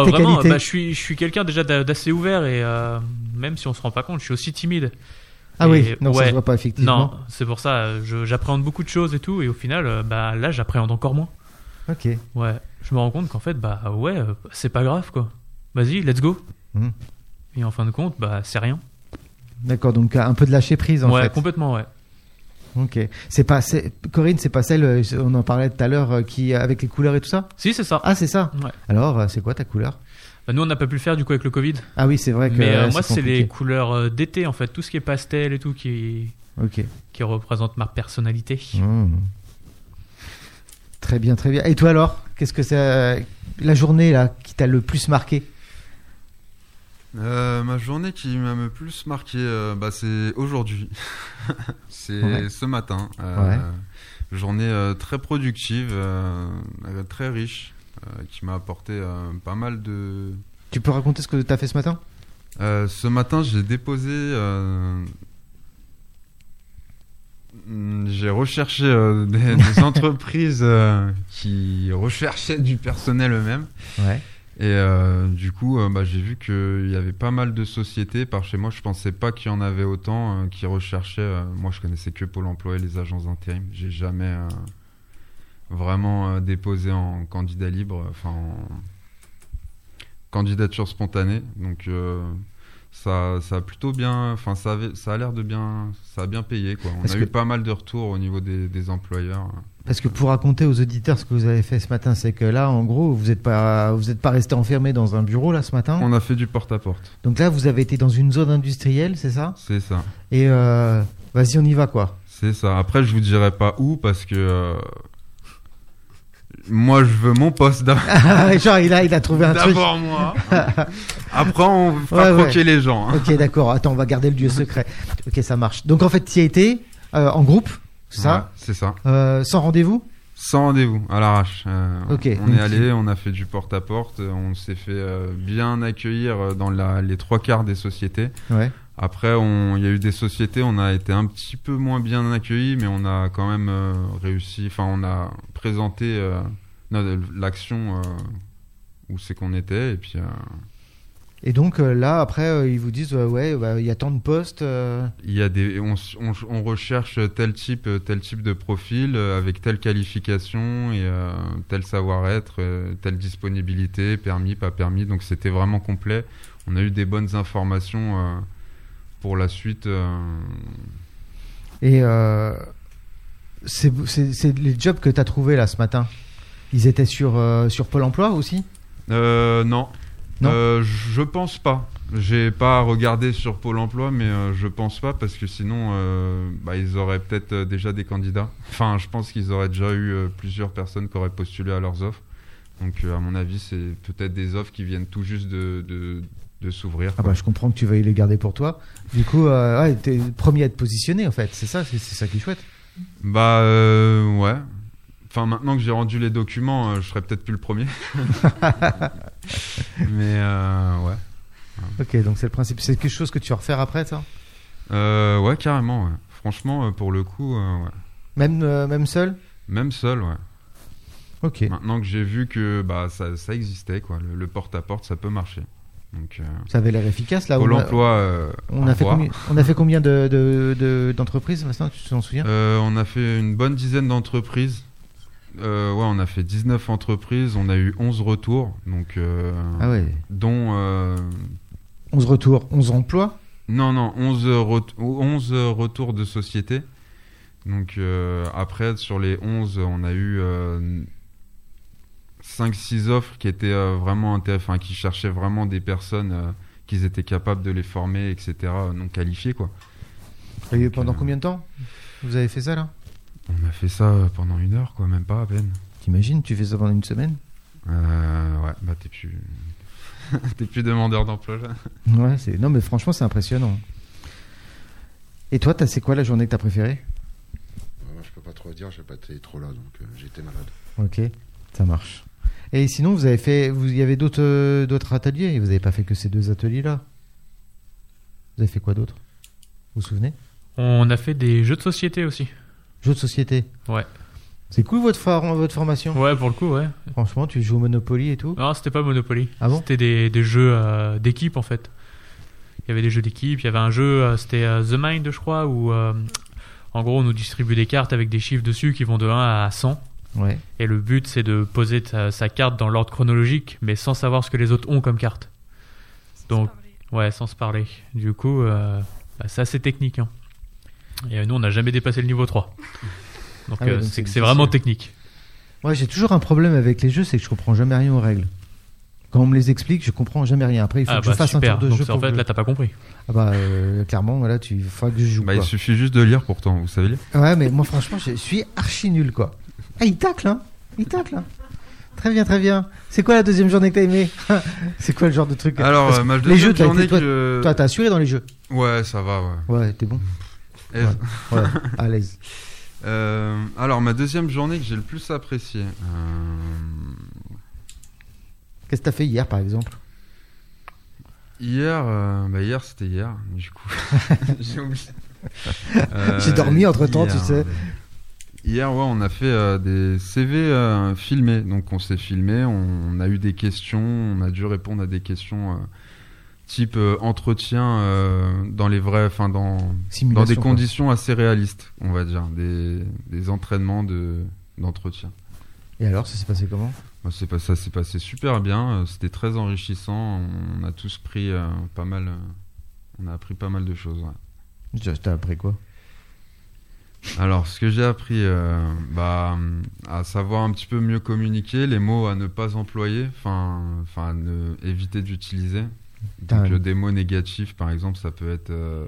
Speaker 2: tes
Speaker 5: vraiment,
Speaker 2: qualités.
Speaker 5: bah, je suis, je suis quelqu'un déjà d'a- d'assez ouvert et euh, même si on se rend pas compte, je suis aussi timide.
Speaker 2: ah oui,
Speaker 5: et-
Speaker 2: non, ça
Speaker 5: ouais.
Speaker 2: se voit pas effectivement.
Speaker 5: Non, c'est pour ça, euh, je- j'appréhende beaucoup de choses et tout, et au final, euh, bah là, j'appréhende encore moins.
Speaker 2: Ok.
Speaker 5: Ouais, je me rends compte qu'en fait, bah ouais, euh, c'est pas grave quoi. Vas-y, let's go.
Speaker 2: Mhm.
Speaker 5: Et en fin de compte, bah c'est rien.
Speaker 2: D'accord, donc euh, un peu de lâcher prise en
Speaker 5: ouais,
Speaker 2: fait.
Speaker 5: complètement, ouais.
Speaker 2: Ok. C'est pas, c'est- Corinne, c'est pas celle, euh, on en parlait tout à l'heure, euh, qui avec les couleurs et tout ça.
Speaker 5: Si, c'est ça.
Speaker 2: Ah, c'est ça.
Speaker 5: Ouais.
Speaker 2: Alors, euh, c'est quoi ta couleur
Speaker 5: Bah, nous, on n'a pas pu le faire du coup avec le Covid,
Speaker 2: Ah oui, c'est vrai que.
Speaker 5: mais euh,
Speaker 2: ouais,
Speaker 5: moi, c'est
Speaker 2: compliqué.
Speaker 5: les couleurs euh, d'été en fait, tout ce qui est pastel et tout qui,
Speaker 2: Ok.
Speaker 5: qui représente ma personnalité.
Speaker 2: Hmm. Très bien, très bien. Et toi alors, qu'est-ce que c'est euh, la journée là qui t'a le plus marqué
Speaker 1: Euh, ma journée qui m'a le plus marqué, euh, bah, c'est aujourd'hui. c'est
Speaker 2: Ouais.
Speaker 1: ce matin. Euh,
Speaker 2: Ouais.
Speaker 1: Journée euh, très productive, euh, euh, très riche, euh, qui m'a apporté euh, pas mal de.
Speaker 2: Tu peux raconter ce que t'as fait ce matin
Speaker 1: Euh, ce matin, j'ai déposé. euh, mm, J'ai recherché euh, des, des entreprises euh, qui recherchaient du personnel eux-mêmes.
Speaker 2: Ouais.
Speaker 1: Et euh, du coup, euh, bah, j'ai vu qu'il y avait pas mal de sociétés par chez moi. Je pensais pas qu'il y en avait autant euh, qui recherchaient. euh, moi, je connaissais que Pôle emploi et les agences d'intérim. J'ai jamais euh, vraiment euh, déposé en candidat libre, enfin en candidature spontanée. Donc euh, ça, ça a plutôt bien. Enfin, ça, avait- ça a l'air de bien. Ça a bien payé quoi. On
Speaker 2: Parce
Speaker 1: a
Speaker 2: que-
Speaker 1: eu pas mal de retours au niveau des, des employeurs.
Speaker 2: Parce que pour raconter aux auditeurs ce que vous avez fait ce matin, c'est que là, en gros, vous n'êtes pas, vous êtes pas resté enfermé dans un bureau là ce matin.
Speaker 1: On a fait du porte à porte.
Speaker 2: Donc là, vous avez été dans une zone industrielle, c'est ça
Speaker 1: C'est ça.
Speaker 2: Et euh, vas-y, on y va quoi.
Speaker 1: C'est ça. Après, je vous dirai pas où parce que euh, moi, je veux mon poste d'ab-
Speaker 2: Ah, Genre, il a, il a trouvé un truc.
Speaker 1: d'abord moi. Après, on fera
Speaker 2: Ouais, ouais.
Speaker 1: croquer les gens. hein.
Speaker 2: Ok, d'accord. Attends, on va garder le lieu secret. Ok, ça marche. Donc en fait, tu y as été euh, en groupe, c'est
Speaker 1: Ouais,
Speaker 2: ça
Speaker 1: c'est ça.
Speaker 2: Euh, Sans rendez-vous
Speaker 1: Sans rendez-vous, à l'arrache. Euh,
Speaker 2: Ok.
Speaker 1: On est allé, on a fait du porte à porte, on s'est fait euh, bien accueillir euh, dans la- les trois quarts des sociétés.
Speaker 2: Ouais.
Speaker 1: Après, on- il y a eu des sociétés, on a été un petit peu moins bien accueillis, mais on a quand même euh, réussi. Enfin, on a présenté euh, notre- l'action euh, où c'est qu'on était, et puis euh,
Speaker 2: Et donc euh, là, après, euh, ils vous disent euh, ouais, bah, il y a tant de postes. euh,
Speaker 1: Il y a des, on, s- on- on recherche tel type, euh, tel type de profil euh, avec telle qualification et euh, tel savoir-être, euh, telle disponibilité, permis, pas permis. Donc c'était vraiment complet. On a eu des bonnes informations euh, pour la suite. euh,
Speaker 2: Et euh, c'est c'est- c'est les jobs que tu as trouvés là ce matin. Ils étaient sur, euh, sur Pôle emploi aussi
Speaker 1: Euh, non.
Speaker 2: Non
Speaker 1: Euh, je pense pas. J'ai pas regardé sur Pôle emploi, mais euh, je pense pas parce que sinon, euh, bah, ils auraient peut-être euh, déjà des candidats. Enfin, je pense qu'ils auraient déjà eu euh, plusieurs personnes qui auraient postulé à leurs offres. Donc, euh, à mon avis, c'est peut-être des offres qui viennent tout juste de, de, de s'ouvrir.
Speaker 2: Ah bah je comprends que tu veuilles les garder pour toi. Du coup, euh, ouais, t'es le premier à être positionné en fait. C'est ça, c'est c'est ça qui est chouette.
Speaker 1: Bah, euh, ouais. Enfin, maintenant que j'ai rendu les documents, euh, je serais peut-être plus le premier. mais euh, ouais.
Speaker 2: Ok, donc c'est le principe. C'est quelque chose que tu vas refaire après, ça
Speaker 1: Euh, ouais, carrément. ouais. Franchement, euh, pour le coup, euh, ouais.
Speaker 2: Même, euh, même seul
Speaker 1: Même seul, ouais.
Speaker 2: Ok.
Speaker 1: Maintenant que j'ai vu que bah, ça, ça existait, quoi. Le, le porte-à-porte, ça peut marcher. Donc, euh,
Speaker 2: Ça avait l'air efficace là.
Speaker 1: Pôle
Speaker 2: Ah, on a-
Speaker 1: emploi, euh,
Speaker 2: On
Speaker 1: au
Speaker 2: a, fait
Speaker 1: revoir.
Speaker 2: combien, on a fait combien de- de- de- d'entreprises maintenant Tu t'en souviens
Speaker 1: Euh, on a fait une bonne dizaine d'entreprises. Euh, ouais, on a fait 19 entreprises, on a eu 11 retours, donc, euh,
Speaker 2: Ah ouais.
Speaker 1: dont. euh,
Speaker 2: 11 retours, 11 emplois.
Speaker 1: non, non, 11, ret- 11 retours de société. Donc, euh, après, sur les 11, on a eu. 5-6 offres qui étaient euh, vraiment intéressantes, enfin, qui cherchaient vraiment des personnes euh, qu'ils étaient capables de les former, etc., euh, non qualifiées, quoi.
Speaker 2: Et
Speaker 1: Donc,
Speaker 2: pendant
Speaker 1: euh,
Speaker 2: combien de temps vous avez fait ça là
Speaker 1: On a fait ça euh, pendant une heure, quoi, même pas à peine.
Speaker 2: T'imagines, tu fais ça pendant une semaine
Speaker 1: Euh, ouais, bah t'es plus... t'es plus demandeur d'emploi, là.
Speaker 2: Ouais, c'est non mais franchement c'est impressionnant. Et toi, t'as c'est quoi la journée que t'as préférée
Speaker 3: Voilà, Euh, je peux pas trop dire, j'ai pas été trop là, donc euh, j'étais malade.
Speaker 2: Ok, ça marche. Et sinon, vous avez fait, vous il y avait d'autres euh, d'autres ateliers. Vous n'avez pas fait que ces deux ateliers là. Vous avez fait quoi d'autre Vous vous souvenez
Speaker 5: On a fait des jeux de société aussi.
Speaker 2: Jeux de société.
Speaker 5: Ouais.
Speaker 2: C'est cool votre for- votre formation.
Speaker 5: Ouais, pour le coup, ouais.
Speaker 2: Franchement, tu joues au Monopoly et tout.
Speaker 5: Non, c'était pas Monopoly.
Speaker 2: Ah bon
Speaker 5: C'était des, des jeux euh, d'équipe en fait. Il y avait des jeux d'équipe, il y avait un jeu, euh, c'était euh, The Mind, je crois, où euh, en gros on nous distribue des cartes avec des chiffres dessus qui vont de 1 à 100.
Speaker 2: Ouais.
Speaker 5: Et le but c'est de poser ta- sa carte dans l'ordre chronologique, mais sans savoir ce que les autres ont comme carte. Donc, ouais, sans se parler. Du coup, euh, bah, c'est assez technique. hein. Et euh, nous on n'a jamais dépassé le niveau 3. Donc
Speaker 2: Ah ouais,
Speaker 5: euh,
Speaker 2: donc c'est
Speaker 5: c'est que
Speaker 2: difficile.
Speaker 5: c'est vraiment technique.
Speaker 2: Moi, j'ai toujours un problème avec les jeux, c'est que je comprends jamais rien aux règles. Quand on me les explique, je comprends jamais rien. Après, il faut
Speaker 5: Ah
Speaker 2: que je
Speaker 5: bah
Speaker 2: fasse un
Speaker 5: super.
Speaker 2: tour de
Speaker 5: Donc
Speaker 2: jeu.
Speaker 5: c'est- en
Speaker 2: pour
Speaker 5: fait
Speaker 2: que-
Speaker 5: là t'as pas compris.
Speaker 2: Ah bah euh, clairement, voilà, tu faut que je joue.
Speaker 1: Bah, il
Speaker 2: quoi.
Speaker 1: suffit juste de lire, pourtant, vous savez lire
Speaker 2: Ouais, mais moi, franchement, je suis archi nul, quoi. Ah, il tacle, hein Il tacle, hein Très bien, très bien. C'est quoi la deuxième journée que t'as aimé C'est quoi le genre de truc
Speaker 1: Alors,
Speaker 2: Parce
Speaker 1: euh,
Speaker 2: que
Speaker 1: ma
Speaker 2: les jeux,
Speaker 1: deuxième
Speaker 2: t'as
Speaker 1: journée
Speaker 2: été- toi,
Speaker 1: que...
Speaker 2: toi, t'as assuré dans les jeux.
Speaker 1: Ouais, ça va, ouais.
Speaker 2: Ouais, t'es bon.
Speaker 1: Et-
Speaker 2: Ouais. Ouais, à l'aise.
Speaker 1: Euh, alors, ma deuxième journée que j'ai le plus appréciée. euh,
Speaker 2: Qu'est-ce que t'as fait hier, par exemple
Speaker 1: Hier, euh, bah hier c'était hier, du coup. j'ai oublié. Euh,
Speaker 2: J'ai dormi entre-temps,
Speaker 1: hier,
Speaker 2: tu sais.
Speaker 1: Hier, ouais, on a fait euh, des CV euh, filmés. Donc, on s'est filmé, on, on a eu des questions, on a dû répondre à des questions euh, type euh, entretien euh, dans les vrais, enfin, dans, dans
Speaker 2: Simulation.
Speaker 1: des
Speaker 2: quoi.
Speaker 1: conditions assez réalistes, on va dire. Des, des entraînements de- d'entretien.
Speaker 2: Et alors, ça s'est passé comment
Speaker 1: Bah, c'est pas- ça s'est passé super bien, euh, c'était très enrichissant. On a tous pris euh, pas mal. euh, on a appris pas mal de choses. ouais.
Speaker 2: Je- T'as appris quoi
Speaker 1: Alors, ce que j'ai appris, euh, bah, hum, à savoir un petit peu mieux communiquer, les mots à ne pas employer, enfin, enfin, à ne- éviter d'utiliser.
Speaker 2: T'as-
Speaker 1: Donc, euh, des mots négatifs, par exemple, ça peut être. euh,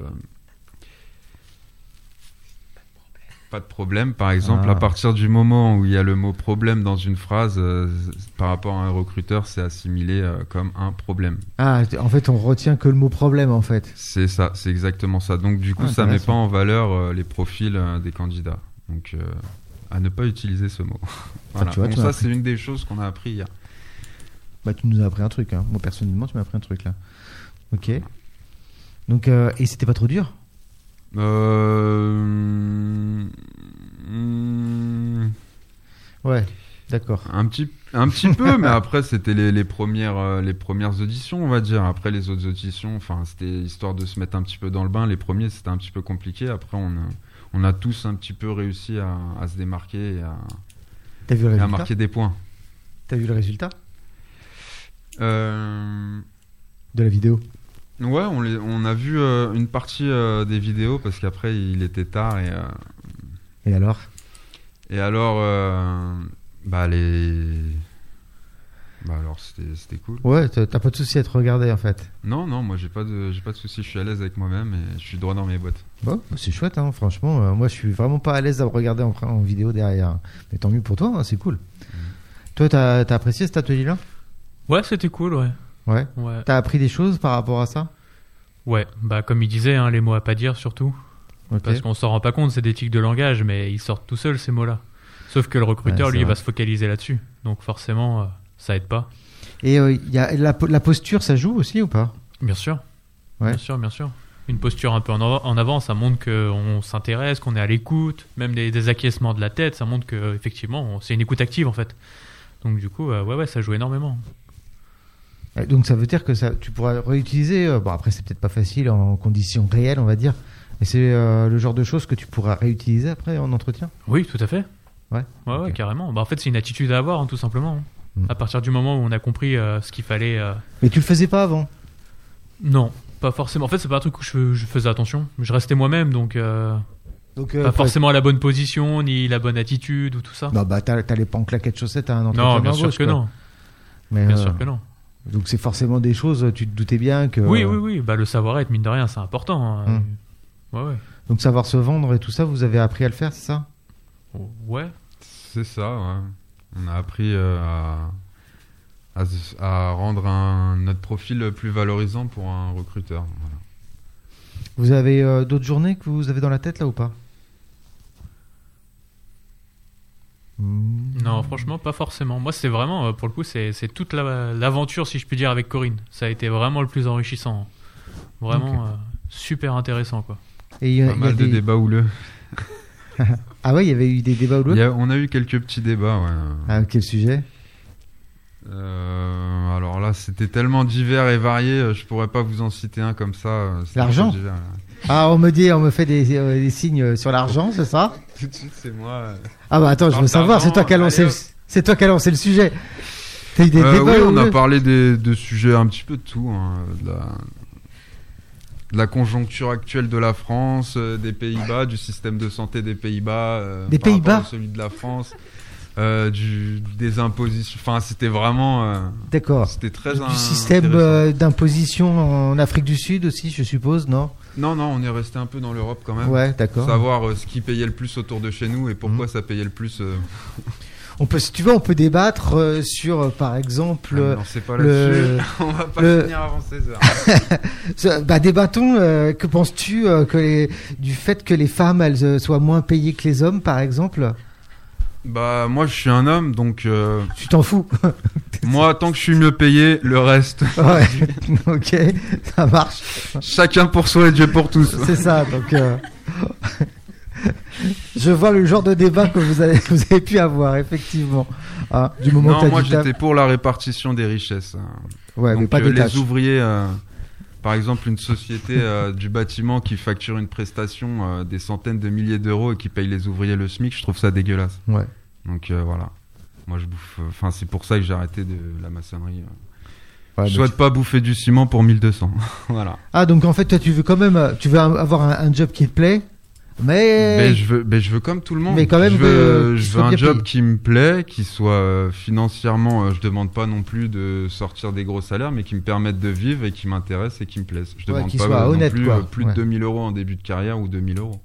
Speaker 1: Pas de problème, par exemple,
Speaker 2: Ah.
Speaker 1: à partir du moment où il y a le mot problème dans une phrase, euh, c'est- par rapport à un recruteur, c'est assimilé euh, comme un problème.
Speaker 2: Ah, t- en fait, on retient que le mot problème, en fait.
Speaker 1: C'est ça, c'est exactement ça. Donc du coup,
Speaker 2: Ah,
Speaker 1: ça met
Speaker 2: intéressant.
Speaker 1: pas en valeur euh, les profils euh, des candidats. Donc euh, à ne pas utiliser ce mot. voilà.
Speaker 2: Ah, tu vois,
Speaker 1: Donc
Speaker 2: tu m'as
Speaker 1: ça, c'est une des choses qu'on a appris hier.
Speaker 2: Bah, tu nous as appris un truc. Hein. Moi, personnellement, tu m'as appris un truc, là. Ok. Donc, euh, et c'était pas trop dur
Speaker 1: Euh... hmm,
Speaker 2: Ouais. D'accord.
Speaker 1: Un petit, un petit peu, mais après, c'était les, les premières, euh, les premières auditions, on va dire. Après, les autres auditions, enfin, c'était histoire de se mettre un petit peu dans le bain. Les premiers, c'était un petit peu compliqué. Après, on a, on a tous un petit peu réussi à, à se démarquer et à,
Speaker 2: T'as vu le
Speaker 1: et à
Speaker 2: résultat
Speaker 1: marquer des points.
Speaker 2: T'as vu le résultat
Speaker 1: Euh,
Speaker 2: de la vidéo
Speaker 1: ouais, on, les- on a vu euh, une partie euh, des vidéos parce qu'après, il était tard et... euh,
Speaker 2: Et alors
Speaker 1: Et alors, euh, bah les, bah alors c'était c'était cool.
Speaker 2: Ouais, t'as t'as pas de souci à te regarder en fait.
Speaker 1: Non non, moi j'ai pas de j'ai pas de souci, je suis à l'aise avec moi-même et je suis droit dans mes boîtes.
Speaker 2: Bon, c'est chouette, hein, franchement. euh, moi, je suis vraiment pas à l'aise à me regarder en, en vidéo derrière. Mais tant mieux pour toi, hein, c'est cool. Toi, t'as as apprécié cet atelier-là
Speaker 5: Ouais, c'était cool, ouais.
Speaker 2: Ouais.
Speaker 5: Ouais,
Speaker 2: T'as appris des choses par rapport à ça
Speaker 5: ouais. bah comme il disait, hein, les mots à pas dire surtout.
Speaker 2: Ok.
Speaker 5: Parce qu'on s'en rend pas compte, c'est des tics de langage, mais ils sortent tout seuls ces mots-là. Sauf que le
Speaker 2: Ouais,
Speaker 5: recruteur,
Speaker 2: c'est
Speaker 5: lui, il
Speaker 2: vrai.
Speaker 5: va se focaliser là-dessus. Donc forcément, euh, ça aide pas.
Speaker 2: Et euh, il y a la, po- la posture, ça joue aussi ou pas
Speaker 5: Bien sûr.
Speaker 2: Ouais.
Speaker 5: Bien sûr, bien sûr. Une posture un peu en av- en avant, ça montre qu'on s'intéresse, qu'on est à l'écoute, même des, des acquiescements de la tête, ça montre que effectivement, on- c'est une écoute active en fait. Donc du coup, euh, ouais, ouais, ça joue énormément.
Speaker 2: Euh, Donc ça veut dire que ça, tu pourras réutiliser. euh, bon, après, c'est peut-être pas facile en conditions réelles, on va dire. Mais c'est euh, le genre de choses que tu pourras réutiliser après en entretien.
Speaker 5: Oui, tout à fait.
Speaker 2: Ouais.
Speaker 5: Ouais, ouais,
Speaker 2: Ok.
Speaker 5: carrément. Bah, en fait, c'est une attitude à avoir, hein, tout simplement. hein.
Speaker 2: Mm.
Speaker 5: À partir du moment où on a compris euh, ce qu'il fallait. euh,
Speaker 2: Mais tu le faisais pas avant.
Speaker 5: Non, pas forcément. En fait, c'est pas un truc où je, je faisais attention. Je restais moi-même, donc euh,
Speaker 2: Donc euh,
Speaker 5: pas
Speaker 2: faut-
Speaker 5: forcément à la bonne position, ni la bonne attitude ou tout ça.
Speaker 2: Non, bah t'as- t'allais pas en claquette chaussette à un entretien.
Speaker 5: Non, bien sûr
Speaker 2: d'embauche,
Speaker 5: que
Speaker 2: quoi.
Speaker 5: non.
Speaker 2: Mais,
Speaker 5: Bien
Speaker 2: euh,
Speaker 5: sûr que non.
Speaker 2: Donc c'est forcément des choses, tu te doutais bien que. euh,
Speaker 5: Oui, oui, oui. Bah, le savoir-être, mine de rien, c'est important.
Speaker 2: Mm.
Speaker 5: hein. Ouais, ouais.
Speaker 2: Donc savoir se vendre et tout ça, vous avez appris à le faire, c'est ça
Speaker 5: Oh, Ouais.
Speaker 1: C'est ça. ouais. On a appris euh, à à, se- à rendre un, notre profil plus valorisant pour un recruteur. voilà.
Speaker 2: Vous avez euh, d'autres journées que vous avez dans la tête là ou pas Hmm.
Speaker 5: Non, franchement, pas forcément. Moi, c'est vraiment, euh, pour le coup, c'est c'est toute la- l'aventure, si je puis dire, avec Corinne. Ça a été vraiment le plus enrichissant. Vraiment euh, super intéressant, quoi.
Speaker 2: Et il y a-
Speaker 1: Pas
Speaker 2: il y a
Speaker 1: mal de
Speaker 2: des-
Speaker 1: débats houleux.
Speaker 2: Ah ouais, il y avait eu des débats ou
Speaker 1: Il y
Speaker 2: l'autre
Speaker 1: a- on a eu quelques petits débats. ouais.
Speaker 2: Ah, quel sujet
Speaker 1: Euh, alors là, c'était tellement divers et varié, euh, je pourrais pas vous en citer un comme ça. euh, c'était
Speaker 2: L'argent
Speaker 1: très divers, là.
Speaker 2: Ah, on me dit, on me fait des, euh, des signes euh, sur l'argent, c'est ça
Speaker 1: Tout de suite, c'est moi.
Speaker 2: Ah bah attends, je
Speaker 1: Parle
Speaker 2: veux savoir, c'est toi
Speaker 1: d'argent,
Speaker 2: qui as lancé, le-
Speaker 1: allez,
Speaker 2: c'est toi qui as lancé le sujet. T'as eu des débats
Speaker 1: Euh, oui,
Speaker 2: ou
Speaker 1: on a
Speaker 2: l'autre
Speaker 1: parlé des, de sujets un petit peu de tout. hein, de, la, de la conjoncture actuelle de la France, euh, des Pays-Bas, du système de santé des Pays-Bas. euh,
Speaker 2: Des
Speaker 1: par rapport
Speaker 2: Pays-Bas
Speaker 1: à Celui de la France. euh, du, des impositions. Enfin, c'était vraiment. euh,
Speaker 2: D'accord.
Speaker 1: c'était très
Speaker 2: Du
Speaker 1: in-
Speaker 2: système
Speaker 1: intéressant.
Speaker 2: euh, d'imposition en Afrique du Sud aussi, je suppose, non
Speaker 1: Non, non, on est resté un peu dans l'Europe quand même.
Speaker 2: Ouais, d'accord.
Speaker 1: Savoir euh, ce qui payait le plus autour de chez nous et pourquoi
Speaker 2: Hmm.
Speaker 1: ça payait le plus. euh,
Speaker 2: On peut, si tu veux, on peut débattre euh, sur, euh, par exemple,
Speaker 1: ah,
Speaker 2: euh,
Speaker 1: mais non, c'est pas
Speaker 2: le-
Speaker 1: là-dessus. on va pas
Speaker 2: le-
Speaker 1: finir avant 16h.
Speaker 2: ce- bah, débattons. euh, que penses-tu euh, que les- du fait que les femmes elles euh, soient moins payées que les hommes, par exemple
Speaker 1: bah, moi, je suis un homme, donc euh,
Speaker 2: Tu t'en fous
Speaker 1: moi, tant que je suis mieux payé, le reste,
Speaker 2: Ouais. Ok, ça marche.
Speaker 1: chacun pour soi et Dieu pour tous.
Speaker 2: C'est ça. Donc, euh, je vois le genre de débat que vous avez, que vous avez pu avoir, effectivement. Ah, du moment que
Speaker 1: Non,
Speaker 2: t'as
Speaker 1: moi,
Speaker 2: dit ta-
Speaker 1: j'étais pour la répartition des richesses. hein.
Speaker 2: Ouais, mais
Speaker 1: donc,
Speaker 2: pas
Speaker 1: euh,
Speaker 2: des
Speaker 1: les
Speaker 2: tâches.
Speaker 1: ouvriers. euh, par exemple, une société euh, du bâtiment qui facture une prestation euh, des centaines de milliers d'euros et qui paye les ouvriers le SMIC, je trouve ça dégueulasse.
Speaker 2: Ouais.
Speaker 1: Donc euh, voilà. Moi je bouffe. euh, Enfin, c'est pour ça que j'ai arrêté de la maçonnerie. euh.
Speaker 2: Ouais,
Speaker 1: je
Speaker 2: mais
Speaker 1: souhaite pas bouffer du ciment pour 1200. voilà.
Speaker 2: Ah, donc en fait, toi, tu veux quand même, euh, tu veux avoir un, un job qui te plaît,
Speaker 1: Mais
Speaker 2: mais.
Speaker 1: Ben, je veux, mais je veux comme tout le monde.
Speaker 2: Mais quand même
Speaker 1: je veux,
Speaker 2: euh, que- qu'il
Speaker 1: je
Speaker 2: soit
Speaker 1: veux un
Speaker 2: bien
Speaker 1: job
Speaker 2: payé.
Speaker 1: qui me plaît, qui soit euh, financièrement. euh, je demande pas non plus de sortir des gros salaires, mais qui me permette de vivre et qui m'intéresse et qui me plaise. Je
Speaker 2: Ouais,
Speaker 1: demande
Speaker 2: qui
Speaker 1: pas
Speaker 2: soit
Speaker 1: euh, non
Speaker 2: honnête,
Speaker 1: plus
Speaker 2: quoi.
Speaker 1: euh, plus
Speaker 2: Ouais.
Speaker 1: de 2000 euros en début de carrière ou 2000 euros.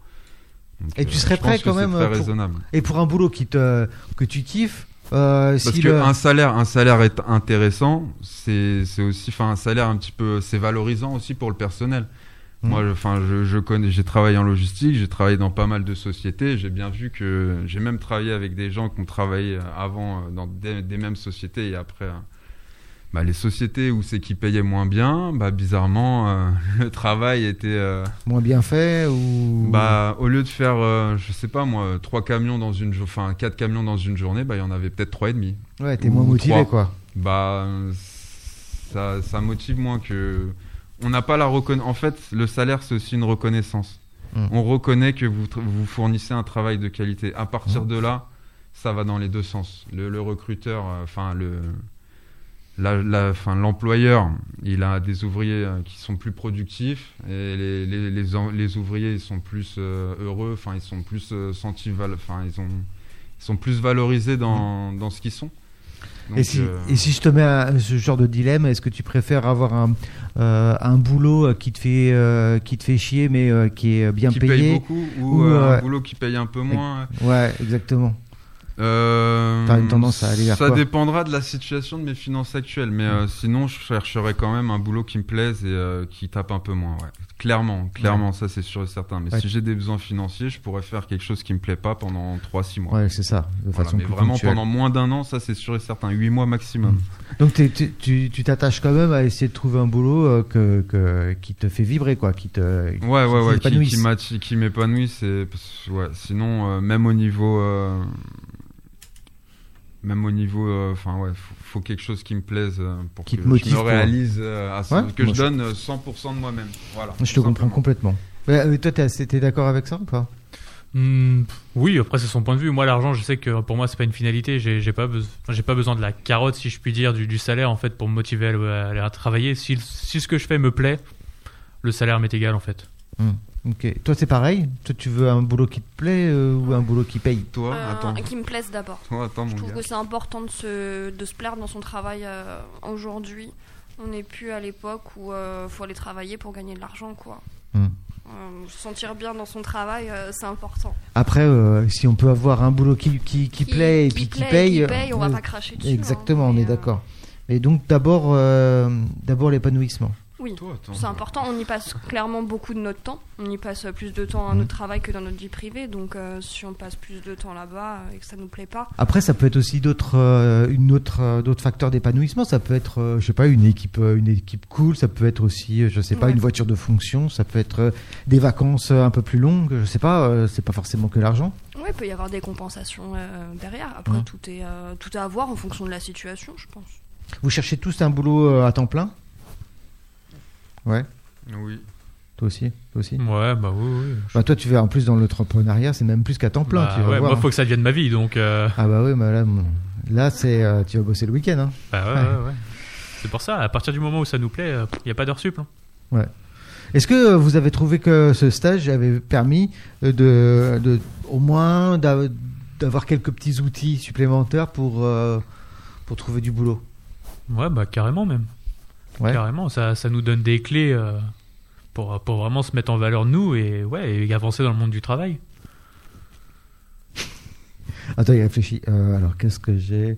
Speaker 1: Donc,
Speaker 2: Et tu serais
Speaker 1: je pense
Speaker 2: prêt
Speaker 1: que
Speaker 2: quand
Speaker 1: c'est
Speaker 2: même,
Speaker 1: très
Speaker 2: euh, pour-
Speaker 1: raisonnable.
Speaker 2: Et pour un boulot qui te, que tu kiffes, euh,
Speaker 1: Parce
Speaker 2: si
Speaker 1: que
Speaker 2: le-
Speaker 1: un salaire, un salaire est intéressant. C'est c'est aussi, enfin, un salaire un petit peu, c'est valorisant aussi pour le personnel.
Speaker 2: Mhm.
Speaker 1: Moi, je- enfin, je, je connais, j'ai travaillé en logistique, j'ai travaillé dans pas mal de sociétés. J'ai bien vu que j'ai même travaillé avec des gens qui ont travaillé euh, avant euh, dans des, des mêmes sociétés et après. euh, bah, les sociétés où c'est qui payaient moins bien, bah, bizarrement, euh, le travail était. euh,
Speaker 2: Moins bien fait ou.
Speaker 1: bah, au lieu de faire, euh, je sais pas moi, trois camions dans une, jo- enfin quatre camions dans une journée, bah, il y en avait peut-être trois et demi.
Speaker 2: ouais, t'es moins
Speaker 1: ou
Speaker 2: motivé,
Speaker 1: trois.
Speaker 2: quoi.
Speaker 1: Bah, ça, ça motive moins que. On n'a pas la reconnaissance. En fait, le salaire, c'est aussi une reconnaissance.
Speaker 2: Mm.
Speaker 1: On reconnaît que vous, tra- vous fournissez un travail de qualité. À partir
Speaker 2: Mm.
Speaker 1: de là, ça va dans les deux sens. Le, le recruteur, euh, enfin, le. la- la- enfin, l'employeur, il a des ouvriers euh, qui sont plus productifs et les, les- les en- les ouvriers, ils sont plus euh, heureux, enfin, ils sont plus euh, sentis, val- enfin, ils, ont, ils sont plus valorisés dans, dans ce qu'ils sont.
Speaker 2: Mm. et,
Speaker 1: Donc,
Speaker 2: si,
Speaker 1: euh,
Speaker 2: et si je te mets à ce genre de dilemme, est-ce que tu préfères avoir un, euh, un boulot euh, qui te fait, euh, qui te fait chier mais euh, qui est euh, bien
Speaker 1: qui paye
Speaker 2: payé
Speaker 1: beaucoup ou,
Speaker 2: ou,
Speaker 1: euh,
Speaker 2: euh,
Speaker 1: un boulot qui paye un peu moins.
Speaker 2: Ouais, exactement.
Speaker 1: Euh,
Speaker 2: T'as une tendance à aller vers
Speaker 1: Ça
Speaker 2: quoi
Speaker 1: dépendra de la situation de mes finances actuelles, mais euh, sinon je chercherai quand même un boulot qui me plaise et euh, qui tape un peu moins. ouais. Clairement, clairement, ça c'est sûr et certain. Mais
Speaker 2: Ouais.
Speaker 1: si j'ai des besoins financiers, je pourrais faire quelque chose qui me plaît pas pendant 3-6 mois.
Speaker 2: Ouais, c'est ça. De
Speaker 1: Voilà,
Speaker 2: façon
Speaker 1: mais
Speaker 2: plus
Speaker 1: vraiment
Speaker 2: ponctuelle.
Speaker 1: pendant moins d'un an, ça c'est sûr et certain, 8 mois maximum.
Speaker 2: Donc t'es- tu- tu tu t'attaches quand même à essayer de trouver un boulot euh, que, que- qui te fait vibrer, quoi. Qui te,
Speaker 1: Ouais, ouais,
Speaker 2: qui
Speaker 1: ouais, qui,
Speaker 2: t'épanouisse.
Speaker 1: qui m'atti- qui m'épanouit, c'est. parce- Ouais, sinon, euh, même au niveau. euh, Même au niveau. euh, Enfin, ouais, faut, faut quelque chose qui me plaise euh, pour
Speaker 2: Qui te
Speaker 1: que
Speaker 2: motive
Speaker 1: je me
Speaker 2: pour-
Speaker 1: réalise, euh, à ce-
Speaker 2: Ouais,
Speaker 1: que
Speaker 2: moi,
Speaker 1: je
Speaker 2: je-
Speaker 1: donne euh, 100% de moi-même. Voilà.
Speaker 2: Je te
Speaker 1: tout
Speaker 2: comprends
Speaker 1: simplement.
Speaker 2: complètement. Mais, mais toi, t'es assez- t'es d'accord avec ça ou pas
Speaker 5: Hmm, pff, oui, après c'est son point de vue. Moi, l'argent, je sais que pour moi, c'est pas une finalité. J'ai j'ai pas, besoin- j'ai pas besoin de la carotte, si je puis dire, du, du salaire en fait pour me motiver à le- à, aller à travailler. Si, si ce que je fais me plaît, le salaire m'est égal en fait.
Speaker 2: Ok. Toi, c'est pareil Toi, tu veux un boulot qui te plaît euh, ou un boulot qui paye
Speaker 1: Toi,
Speaker 4: Euh,
Speaker 1: attends.
Speaker 4: Qui me plaise d'abord.
Speaker 1: Toi, attends,
Speaker 4: Je
Speaker 1: mon
Speaker 4: trouve
Speaker 1: gars.
Speaker 4: que c'est important de se, de se plaire dans son travail euh, aujourd'hui. On n'est plus à l'époque où il faut aller travailler pour gagner de l'argent, quoi.
Speaker 2: Hmm.
Speaker 4: Euh, se sentir bien dans son travail, euh, c'est important.
Speaker 2: Après, euh, si on peut avoir un boulot qui, qui, qui plaît et puis qui, paye,
Speaker 4: qui paye, on va
Speaker 2: euh,
Speaker 4: pas cracher dessus. hein.
Speaker 2: Exactement, on
Speaker 4: Mais,
Speaker 2: est
Speaker 4: euh,
Speaker 2: d'accord. Mais donc d'abord, euh, d'abord l'épanouissement.
Speaker 4: Oui,
Speaker 1: Toi, attends.
Speaker 4: c'est important. On y passe clairement beaucoup de notre temps. On y passe plus de temps à
Speaker 2: Mhm.
Speaker 4: notre travail que dans notre vie privée. Donc, euh, si on passe plus de temps là-bas euh, et que ça nous plaît pas,
Speaker 2: Après, ça peut être aussi d'autres, euh, une autre, euh, d'autres facteurs d'épanouissement. Ça peut être, euh, je sais pas, une équipe, euh, une équipe cool. Ça peut être aussi, euh, je sais pas,
Speaker 4: Ouais.
Speaker 2: une voiture de fonction. Ça peut être euh, des vacances euh, un peu plus longues. Je sais pas, euh, c'est pas forcément que l'argent.
Speaker 4: ouais, il peut y avoir des compensations euh, derrière. Après,
Speaker 5: Hein.
Speaker 2: Mhm.
Speaker 4: tout est euh, tout est à voir en fonction de la situation, je pense.
Speaker 2: Vous cherchez tous un boulot euh, à temps plein.
Speaker 1: Oui.
Speaker 2: Toi aussi, toi aussi.
Speaker 5: Ouais, bah oui, oui.
Speaker 2: Bah, toi, tu vas en plus dans l'entrepreneuriat, c'est même plus qu'à temps plein.
Speaker 5: Bah,
Speaker 2: tu vas
Speaker 5: ouais,
Speaker 2: voir.
Speaker 5: moi, faut que ça devienne ma vie, donc. euh,
Speaker 2: Ah bah oui, mais là, bon, là, c'est, euh, tu vas bosser le week-end. hein.
Speaker 5: bah ouais, ouais, ouais. C'est pour ça. À partir du moment où ça nous plaît, il y a pas d'heure sup. hein.
Speaker 2: Est-ce que euh, vous avez trouvé que ce stage avait permis euh, de, de au moins d'a- d'avoir quelques petits outils supplémentaires pour, euh, pour trouver du boulot
Speaker 5: Ouais, bah carrément même.
Speaker 2: Ouais.
Speaker 5: Carrément, ça, ça nous donne des clés euh, pour, pour vraiment se mettre en valeur nous et, ouais, et avancer dans le monde du travail.
Speaker 2: Attends, il réfléchit. Euh, alors, qu'est-ce que j'ai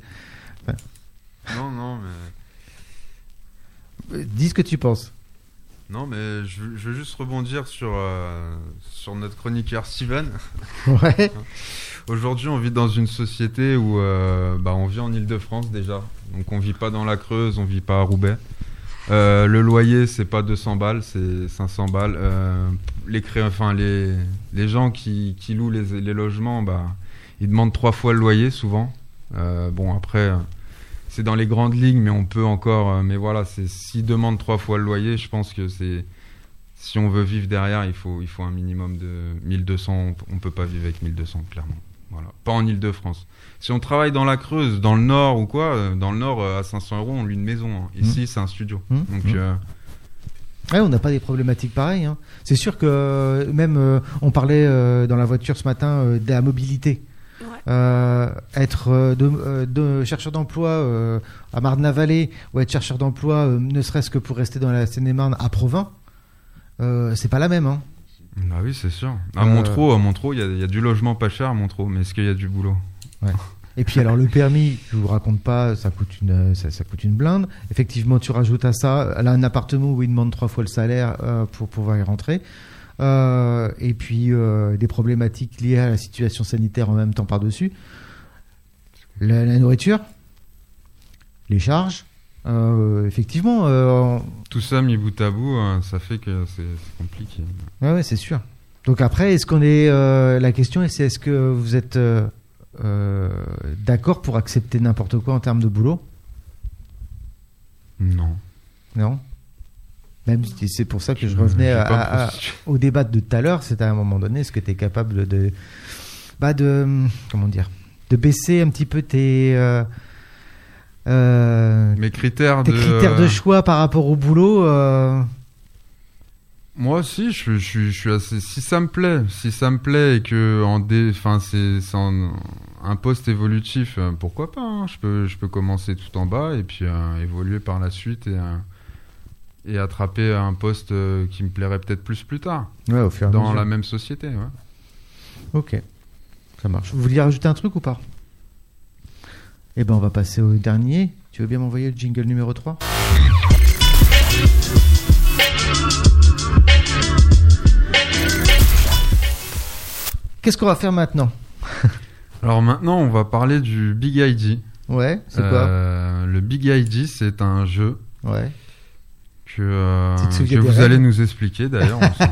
Speaker 1: Non, non, mais.
Speaker 2: Euh, Dis ce que tu penses.
Speaker 1: Non, mais je, veux- je veux juste rebondir sur, euh, sur notre chroniqueur Steven.
Speaker 2: Ouais.
Speaker 1: Aujourd'hui, on vit dans une société où euh, bah, on vit en Ile-de-France déjà. Donc on vit pas dans la Creuse, on vit pas à Roubaix. Euh, le loyer, c'est pas 200 balles, c'est 500 balles. Euh, les, cré... enfin, les, les gens qui, qui louent les, les logements, bah, ils demandent trois fois le loyer souvent. Euh, bon, après, euh, c'est dans les grandes lignes, mais on peut encore. euh, mais voilà, c'est- s'ils demandent trois fois le loyer, je pense que c'est. Si on veut vivre derrière, il faut, il faut un minimum de 1200. On on peut pas vivre avec 1200, clairement. Voilà. Pas en Ile-de-France. Si on travaille dans la Creuse, dans le Nord ou quoi, euh, dans le Nord, euh, à 500 euros, on lui une maison. hein. Ici, c'est un studio.
Speaker 2: Mmh.
Speaker 1: Donc,
Speaker 2: Mmh.
Speaker 1: euh,
Speaker 2: Ouais, on n'a pas des problématiques pareilles. hein. C'est sûr que euh, même euh, on parlait euh, dans la voiture ce matin euh, de la mobilité.
Speaker 4: Ouais.
Speaker 2: Euh, être euh, de, euh, de chercheur d'emploi euh, à Marne-la-Vallée ou être chercheur d'emploi euh, ne serait-ce que pour rester dans la Seine-et-Marne à Provins, euh, c'est pas la même. Hein.
Speaker 1: bah oui, c'est sûr. À
Speaker 2: Euh,
Speaker 1: Montreux, à Montreux, il y a- il y, a du logement pas cher à Montreux, mais est-ce qu'il y a du boulot
Speaker 2: Et puis alors le permis, je vous raconte pas, ça coûte une euh, ça, ça coûte une blinde. Effectivement, tu rajoutes à ça là un appartement où il demande trois fois le salaire euh, pour pouvoir y rentrer. Euh, et puis euh, des problématiques liées à la situation sanitaire en même temps par-dessus. La, la nourriture, les charges, Euh, effectivement, euh,
Speaker 1: Tout ça mis bout à bout, euh, ça fait que c'est c'est compliqué.
Speaker 2: Ouais, ouais, c'est sûr. Donc après, est-ce qu'on est euh, la question est c'est est-ce que vous êtes euh, euh, d'accord pour accepter n'importe quoi en termes de boulot
Speaker 1: Non.
Speaker 2: Non. Même si c'est pour ça que je revenais
Speaker 1: J'ai
Speaker 2: à-
Speaker 1: pas
Speaker 2: à- à-
Speaker 1: postulé.
Speaker 2: au débat de tout à l'heure, c'était à un moment donné, est-ce que tu es capable de, bah de, comment dire, de baisser un petit peu tes, euh, euh,
Speaker 1: Mes critères
Speaker 2: tes
Speaker 1: de.
Speaker 2: critères de choix par rapport au boulot euh,
Speaker 1: Moi aussi, je, suis- je, suis- je suis assez. Si ça me plaît, si ça me plaît et que en dé, enfin c'est c'est en- un poste évolutif, euh, pourquoi pas hein. Je peux, je peux commencer tout en bas et puis euh, évoluer par la suite et euh, et attraper un poste euh, qui me plairait peut-être plus plus tard
Speaker 2: ouais, au fur et à
Speaker 1: dans
Speaker 2: mesure.
Speaker 1: la même société. ouais.
Speaker 2: Ok, ça marche. Vous vouliez rajouter un truc ou pas Eh ben, on va passer au dernier. Tu veux bien m'envoyer le jingle numéro 3 Qu'est-ce qu'on va faire maintenant
Speaker 1: Alors maintenant, on va parler du Big ID.
Speaker 2: Ouais, c'est
Speaker 1: Euh, Le Big ID, c'est un jeu
Speaker 2: quoi Ouais.
Speaker 1: que, euh,
Speaker 2: Tu te souviens
Speaker 1: que
Speaker 2: des
Speaker 1: vous
Speaker 2: règles
Speaker 1: allez nous expliquer d'ailleurs. on s'en-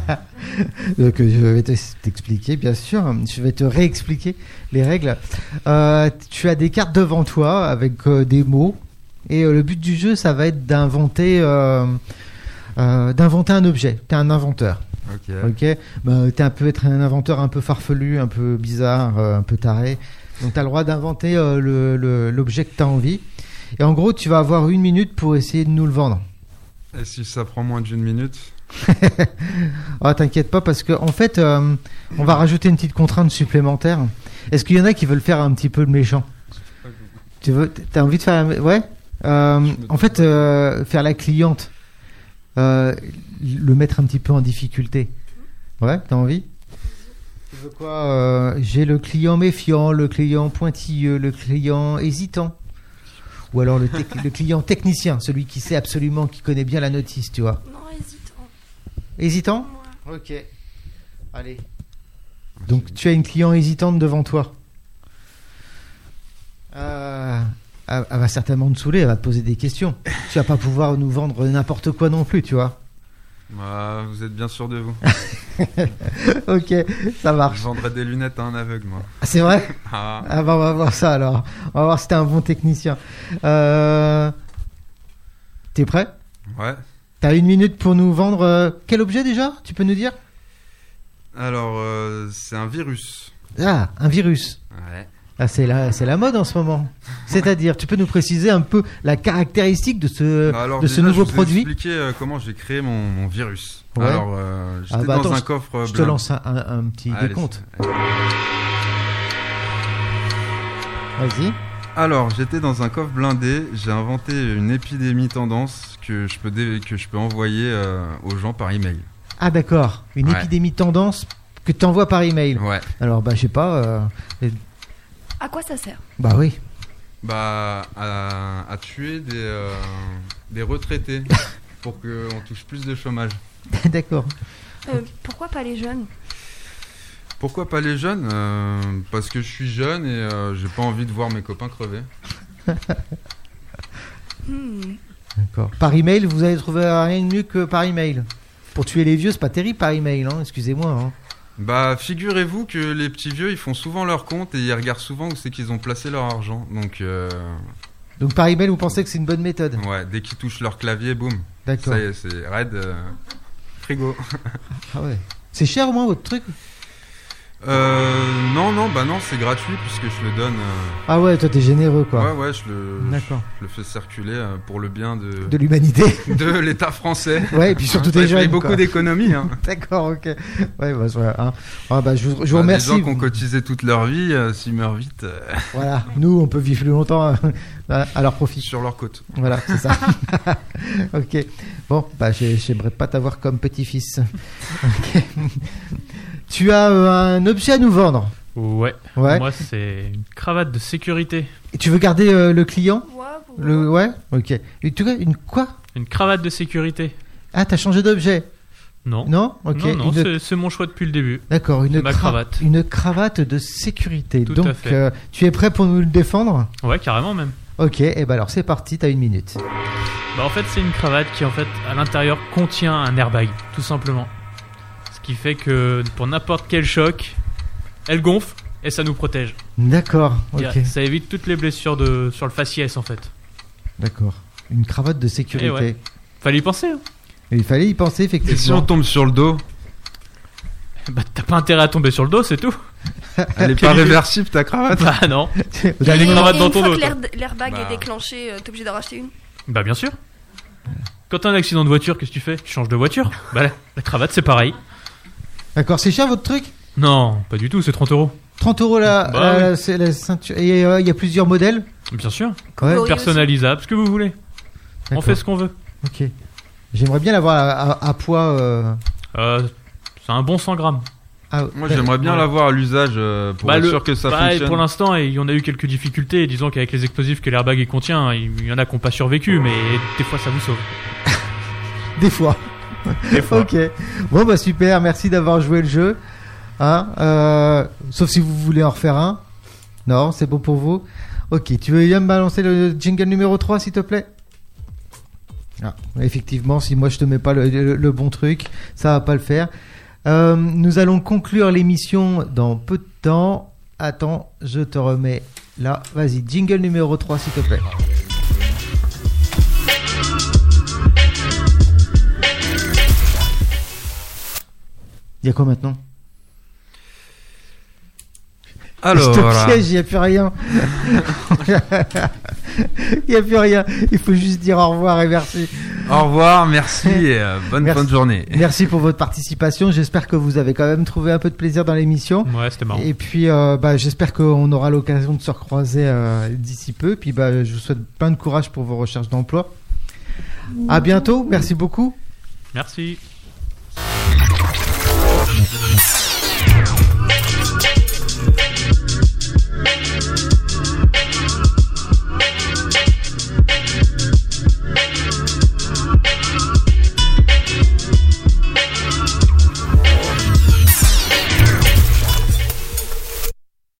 Speaker 2: Donc, euh, je vais te- t'expliquer, bien sûr. Je vais te réexpliquer les règles. Euh, tu as des cartes devant toi avec euh, des mots. Et euh, le but du jeu, ça va être d'inventer, euh, euh, d'inventer un objet. Tu es un inventeur.
Speaker 1: Ok.
Speaker 2: Ok Bah, Tu peux être un inventeur un peu farfelu, un peu bizarre, euh, un peu taré. Donc, tu as le droit d'inventer euh, le- le- l'objet que tu as envie. Et en gros, tu vas avoir une minute pour essayer de nous le vendre.
Speaker 1: Et si ça prend moins d'une minute
Speaker 2: Ah, t'inquiète pas, parce que en fait, euh, on va rajouter une petite contrainte supplémentaire. Est-ce qu'il y en a qui veulent faire un petit peu le méchant Tu veux T'as envie de faire la- Ouais. Euh, en fait, euh, faire la cliente, euh, le mettre un petit peu en difficulté. Ouais, t'as envie Tu veux quoi euh, J'ai le client méfiant, le client pointilleux, le client hésitant. Ou alors le, tec- le client technicien, celui qui sait absolument, qui connaît bien la notice, tu vois.
Speaker 4: Non, hésitant.
Speaker 2: Hésitant
Speaker 4: Moi.
Speaker 2: Ok. Allez. Donc tu as une client hésitante devant toi. Euh, elle, elle va certainement te saouler, elle va te poser des questions. tu vas pas pouvoir nous vendre n'importe quoi non plus, tu vois.
Speaker 1: Bah, vous êtes bien sûr de vous.
Speaker 2: ok, ça
Speaker 1: Je
Speaker 2: marche.
Speaker 1: vendrais des lunettes à un aveugle, moi.
Speaker 2: Ah, C'est vrai
Speaker 1: Ah,
Speaker 2: Ah bah on va voir ça alors. On va voir si t'es un bon technicien. Euh, T'es prêt
Speaker 1: ouais.
Speaker 2: T'as une minute pour nous vendre euh, quel objet déjà Tu peux nous dire
Speaker 1: Alors, euh, c'est un virus.
Speaker 2: Ah, un virus.
Speaker 1: Ouais.
Speaker 2: Ah, c'est la, c'est la mode en ce moment. C'est-à-dire, tu peux nous préciser un peu la caractéristique de ce,
Speaker 1: Bah, alors,
Speaker 2: Euh, de ce
Speaker 1: déjà,
Speaker 2: nouveau
Speaker 1: je vous ai
Speaker 2: produit
Speaker 1: expliqué euh, comment j'ai créé mon, mon virus.
Speaker 2: Ouais.
Speaker 1: Alors, euh, j'étais
Speaker 2: Ah, bah,
Speaker 1: dans
Speaker 2: attends,
Speaker 1: un coffre. euh,
Speaker 2: Je te
Speaker 1: blindé.
Speaker 2: lance un, un- un petit
Speaker 1: Allez,
Speaker 2: décompte.
Speaker 1: c'est-
Speaker 2: Vas-y.
Speaker 1: Alors, j'étais dans un coffre blindé. J'ai inventé une épidémie tendance que je peux, dé- que je peux envoyer euh, aux gens par email.
Speaker 2: Ah, d'accord. Une
Speaker 1: Ouais.
Speaker 2: épidémie tendance que tu envoies par email.
Speaker 1: Ouais.
Speaker 2: Alors, bah, je sais pas. euh,
Speaker 4: À quoi ça sert
Speaker 2: bah oui.
Speaker 1: Bah, à, à tuer des, euh, des retraités pour qu'on touche plus de chômage.
Speaker 2: d'accord.
Speaker 4: Euh, Pourquoi pas les jeunes
Speaker 1: Pourquoi pas les jeunes Euh, Parce que je suis jeune et euh, j'ai pas envie de voir mes copains crever.
Speaker 4: Hmm.
Speaker 2: D'accord. Par email, vous avez trouvé rien de mieux que par email. Pour tuer les vieux, c'est pas terrible par email, hein, excusez-moi. hein.
Speaker 1: Bah, figurez-vous que les petits vieux, ils font souvent leur compte et ils regardent souvent où c'est qu'ils ont placé leur argent. Donc, euh,
Speaker 2: Donc, par email, vous pensez que c'est une bonne méthode
Speaker 1: ouais, dès qu'ils touchent leur clavier, boum.
Speaker 2: D'accord.
Speaker 1: Ça y est, c'est raide. euh, frigo.
Speaker 2: Ah ouais. C'est cher au moins votre truc
Speaker 1: Euh, non, non, bah non, c'est gratuit puisque je le donne. euh,
Speaker 2: Ah ouais, toi t'es généreux quoi.
Speaker 1: ouais, ouais, je le,
Speaker 2: D'accord.
Speaker 1: je le fais circuler euh, pour le bien de,
Speaker 2: De l'humanité.
Speaker 1: de l'État français.
Speaker 2: Ouais, et puis surtout
Speaker 1: Ça,
Speaker 2: des
Speaker 1: il Bah, paye
Speaker 2: jeunes.
Speaker 1: beaucoup
Speaker 2: quoi.
Speaker 1: d'économies. Hein.
Speaker 2: D'accord, ok. Ouais, bah, voilà, hein. Ah, bah, je, vous- je vous
Speaker 1: Bah, des
Speaker 2: remercie.
Speaker 1: gens qui ont cotisé toute leur vie, euh, s'ils meurent vite, euh,
Speaker 2: Voilà, nous, on peut vivre plus longtemps hein, à à leur profit.
Speaker 1: sur leur côte.
Speaker 2: Voilà, c'est ça. ok. Bon, bah, j'ai- j'aimerais pas t'avoir comme petit-fils. Ok. tu as euh, un objet à nous vendre.
Speaker 5: Ouais.
Speaker 2: Ouais.
Speaker 5: Moi, c'est une cravate de sécurité.
Speaker 2: Et tu veux garder euh, le client
Speaker 4: Ouais, pour-
Speaker 2: le, Ouais Ok. Et tu veux une quoi
Speaker 5: Une cravate de sécurité.
Speaker 2: Ah, t'as changé d'objet
Speaker 5: Non.
Speaker 2: Non Ok.
Speaker 5: Non, non,
Speaker 2: Une-
Speaker 5: c'est- c'est mon choix depuis le début.
Speaker 2: D'accord, une,
Speaker 5: c'est ma cravate.
Speaker 2: une cravate de sécurité.
Speaker 5: Tout à
Speaker 2: Donc,
Speaker 5: fait.
Speaker 2: euh, tu es prêt pour nous le défendre
Speaker 5: Ouais, carrément même.
Speaker 2: Ok, et ben alors c'est parti, t'as une minute.
Speaker 5: Bah, en fait, c'est une cravate qui, en fait, à l'intérieur, contient un airbag, tout simplement. Ce qui fait que pour n'importe quel choc, elle gonfle et ça nous protège.
Speaker 2: D'accord, ok.
Speaker 5: Ça évite toutes les blessures de, sur le faciès, en fait.
Speaker 2: D'accord. Une cravate de sécurité.
Speaker 5: Eh ouais. Fallait y penser. Hein.
Speaker 2: Et Il fallait y penser
Speaker 1: Et si on
Speaker 2: effectivement.
Speaker 1: tombe sur le dos,
Speaker 5: Bah, t'as pas intérêt à tomber sur le dos, c'est tout.
Speaker 1: elle est pas
Speaker 5: Quelle idée.
Speaker 1: réversible ta cravate
Speaker 5: Bah, non.
Speaker 2: Au dernier
Speaker 5: une
Speaker 4: Et-
Speaker 2: moment-
Speaker 5: cravate
Speaker 4: et
Speaker 5: dans
Speaker 4: une
Speaker 5: ton
Speaker 4: fois
Speaker 5: dos,
Speaker 4: que
Speaker 5: toi.
Speaker 4: l'air- l'airbag
Speaker 1: Bah.
Speaker 4: est déclenché, euh, t'es obligé d'en racheter une.
Speaker 5: Bah, bien sûr. Quand t'as un accident de voiture, qu'est-ce que tu fais Tu changes de voiture Bah, la, la cravate, c'est pareil.
Speaker 2: D'accord, c'est cher votre truc
Speaker 5: Non, pas du tout, c'est 30 euros.
Speaker 2: 30 euros la,
Speaker 5: Bah
Speaker 2: la- c'est la ceinture. Et euh, il y a plusieurs modèles
Speaker 5: Bien sûr.
Speaker 2: Ouais,
Speaker 4: Goriot
Speaker 5: Personnalisable, ce que vous voulez. On
Speaker 2: d'accord.
Speaker 5: fait ce qu'on veut.
Speaker 2: Ok. J'aimerais bien l'avoir à, à- à poids. euh,
Speaker 5: Euh, c'est un bon 100 grammes.
Speaker 2: à-
Speaker 1: Moi j'aimerais bien
Speaker 5: Ouais.
Speaker 1: l'avoir à l'usage euh, pour
Speaker 5: Bah,
Speaker 1: être
Speaker 5: le-
Speaker 1: sûr que ça
Speaker 5: bah,
Speaker 1: fonctionne.
Speaker 5: Pour l'instant, et on a eu quelques difficultés. Disons qu'avec les explosifs que l'airbag y contient, il y en a qui n'ont pas survécu, mais des fois ça vous sauve.
Speaker 2: Des fois.
Speaker 5: Des fois.
Speaker 2: Ok. Bon bah super, merci d'avoir joué le jeu. Hein, euh, sauf si vous voulez en refaire un. Non, c'est bon pour vous. Ok, tu veux bien me balancer le jingle numéro 3 s'il te plaît Ah, Effectivement, si moi je te mets pas le, le- le bon truc, ça va pas le faire. Euh, nous allons conclure l'émission dans peu de temps. Attends, je te remets là. Vas-y, jingle numéro 3 s'il te plaît. Il y a quoi maintenant
Speaker 1: Alors,
Speaker 2: je te
Speaker 1: voilà.
Speaker 2: piège, il n'y a plus rien. Il n'y a plus rien. Il faut juste dire au revoir et merci.
Speaker 1: au revoir, merci et euh, bonne
Speaker 2: Merci.
Speaker 1: fin de journée.
Speaker 2: Merci pour votre participation. J'espère que vous avez quand même trouvé un peu de plaisir dans l'émission.
Speaker 5: Ouais, c'était marrant.
Speaker 2: Et puis, euh, bah, j'espère qu'on aura l'occasion de se recroiser euh, d'ici peu. Puis, bah, je vous souhaite plein de courage pour vos recherches d'emploi. À bientôt. Merci beaucoup.
Speaker 5: Merci.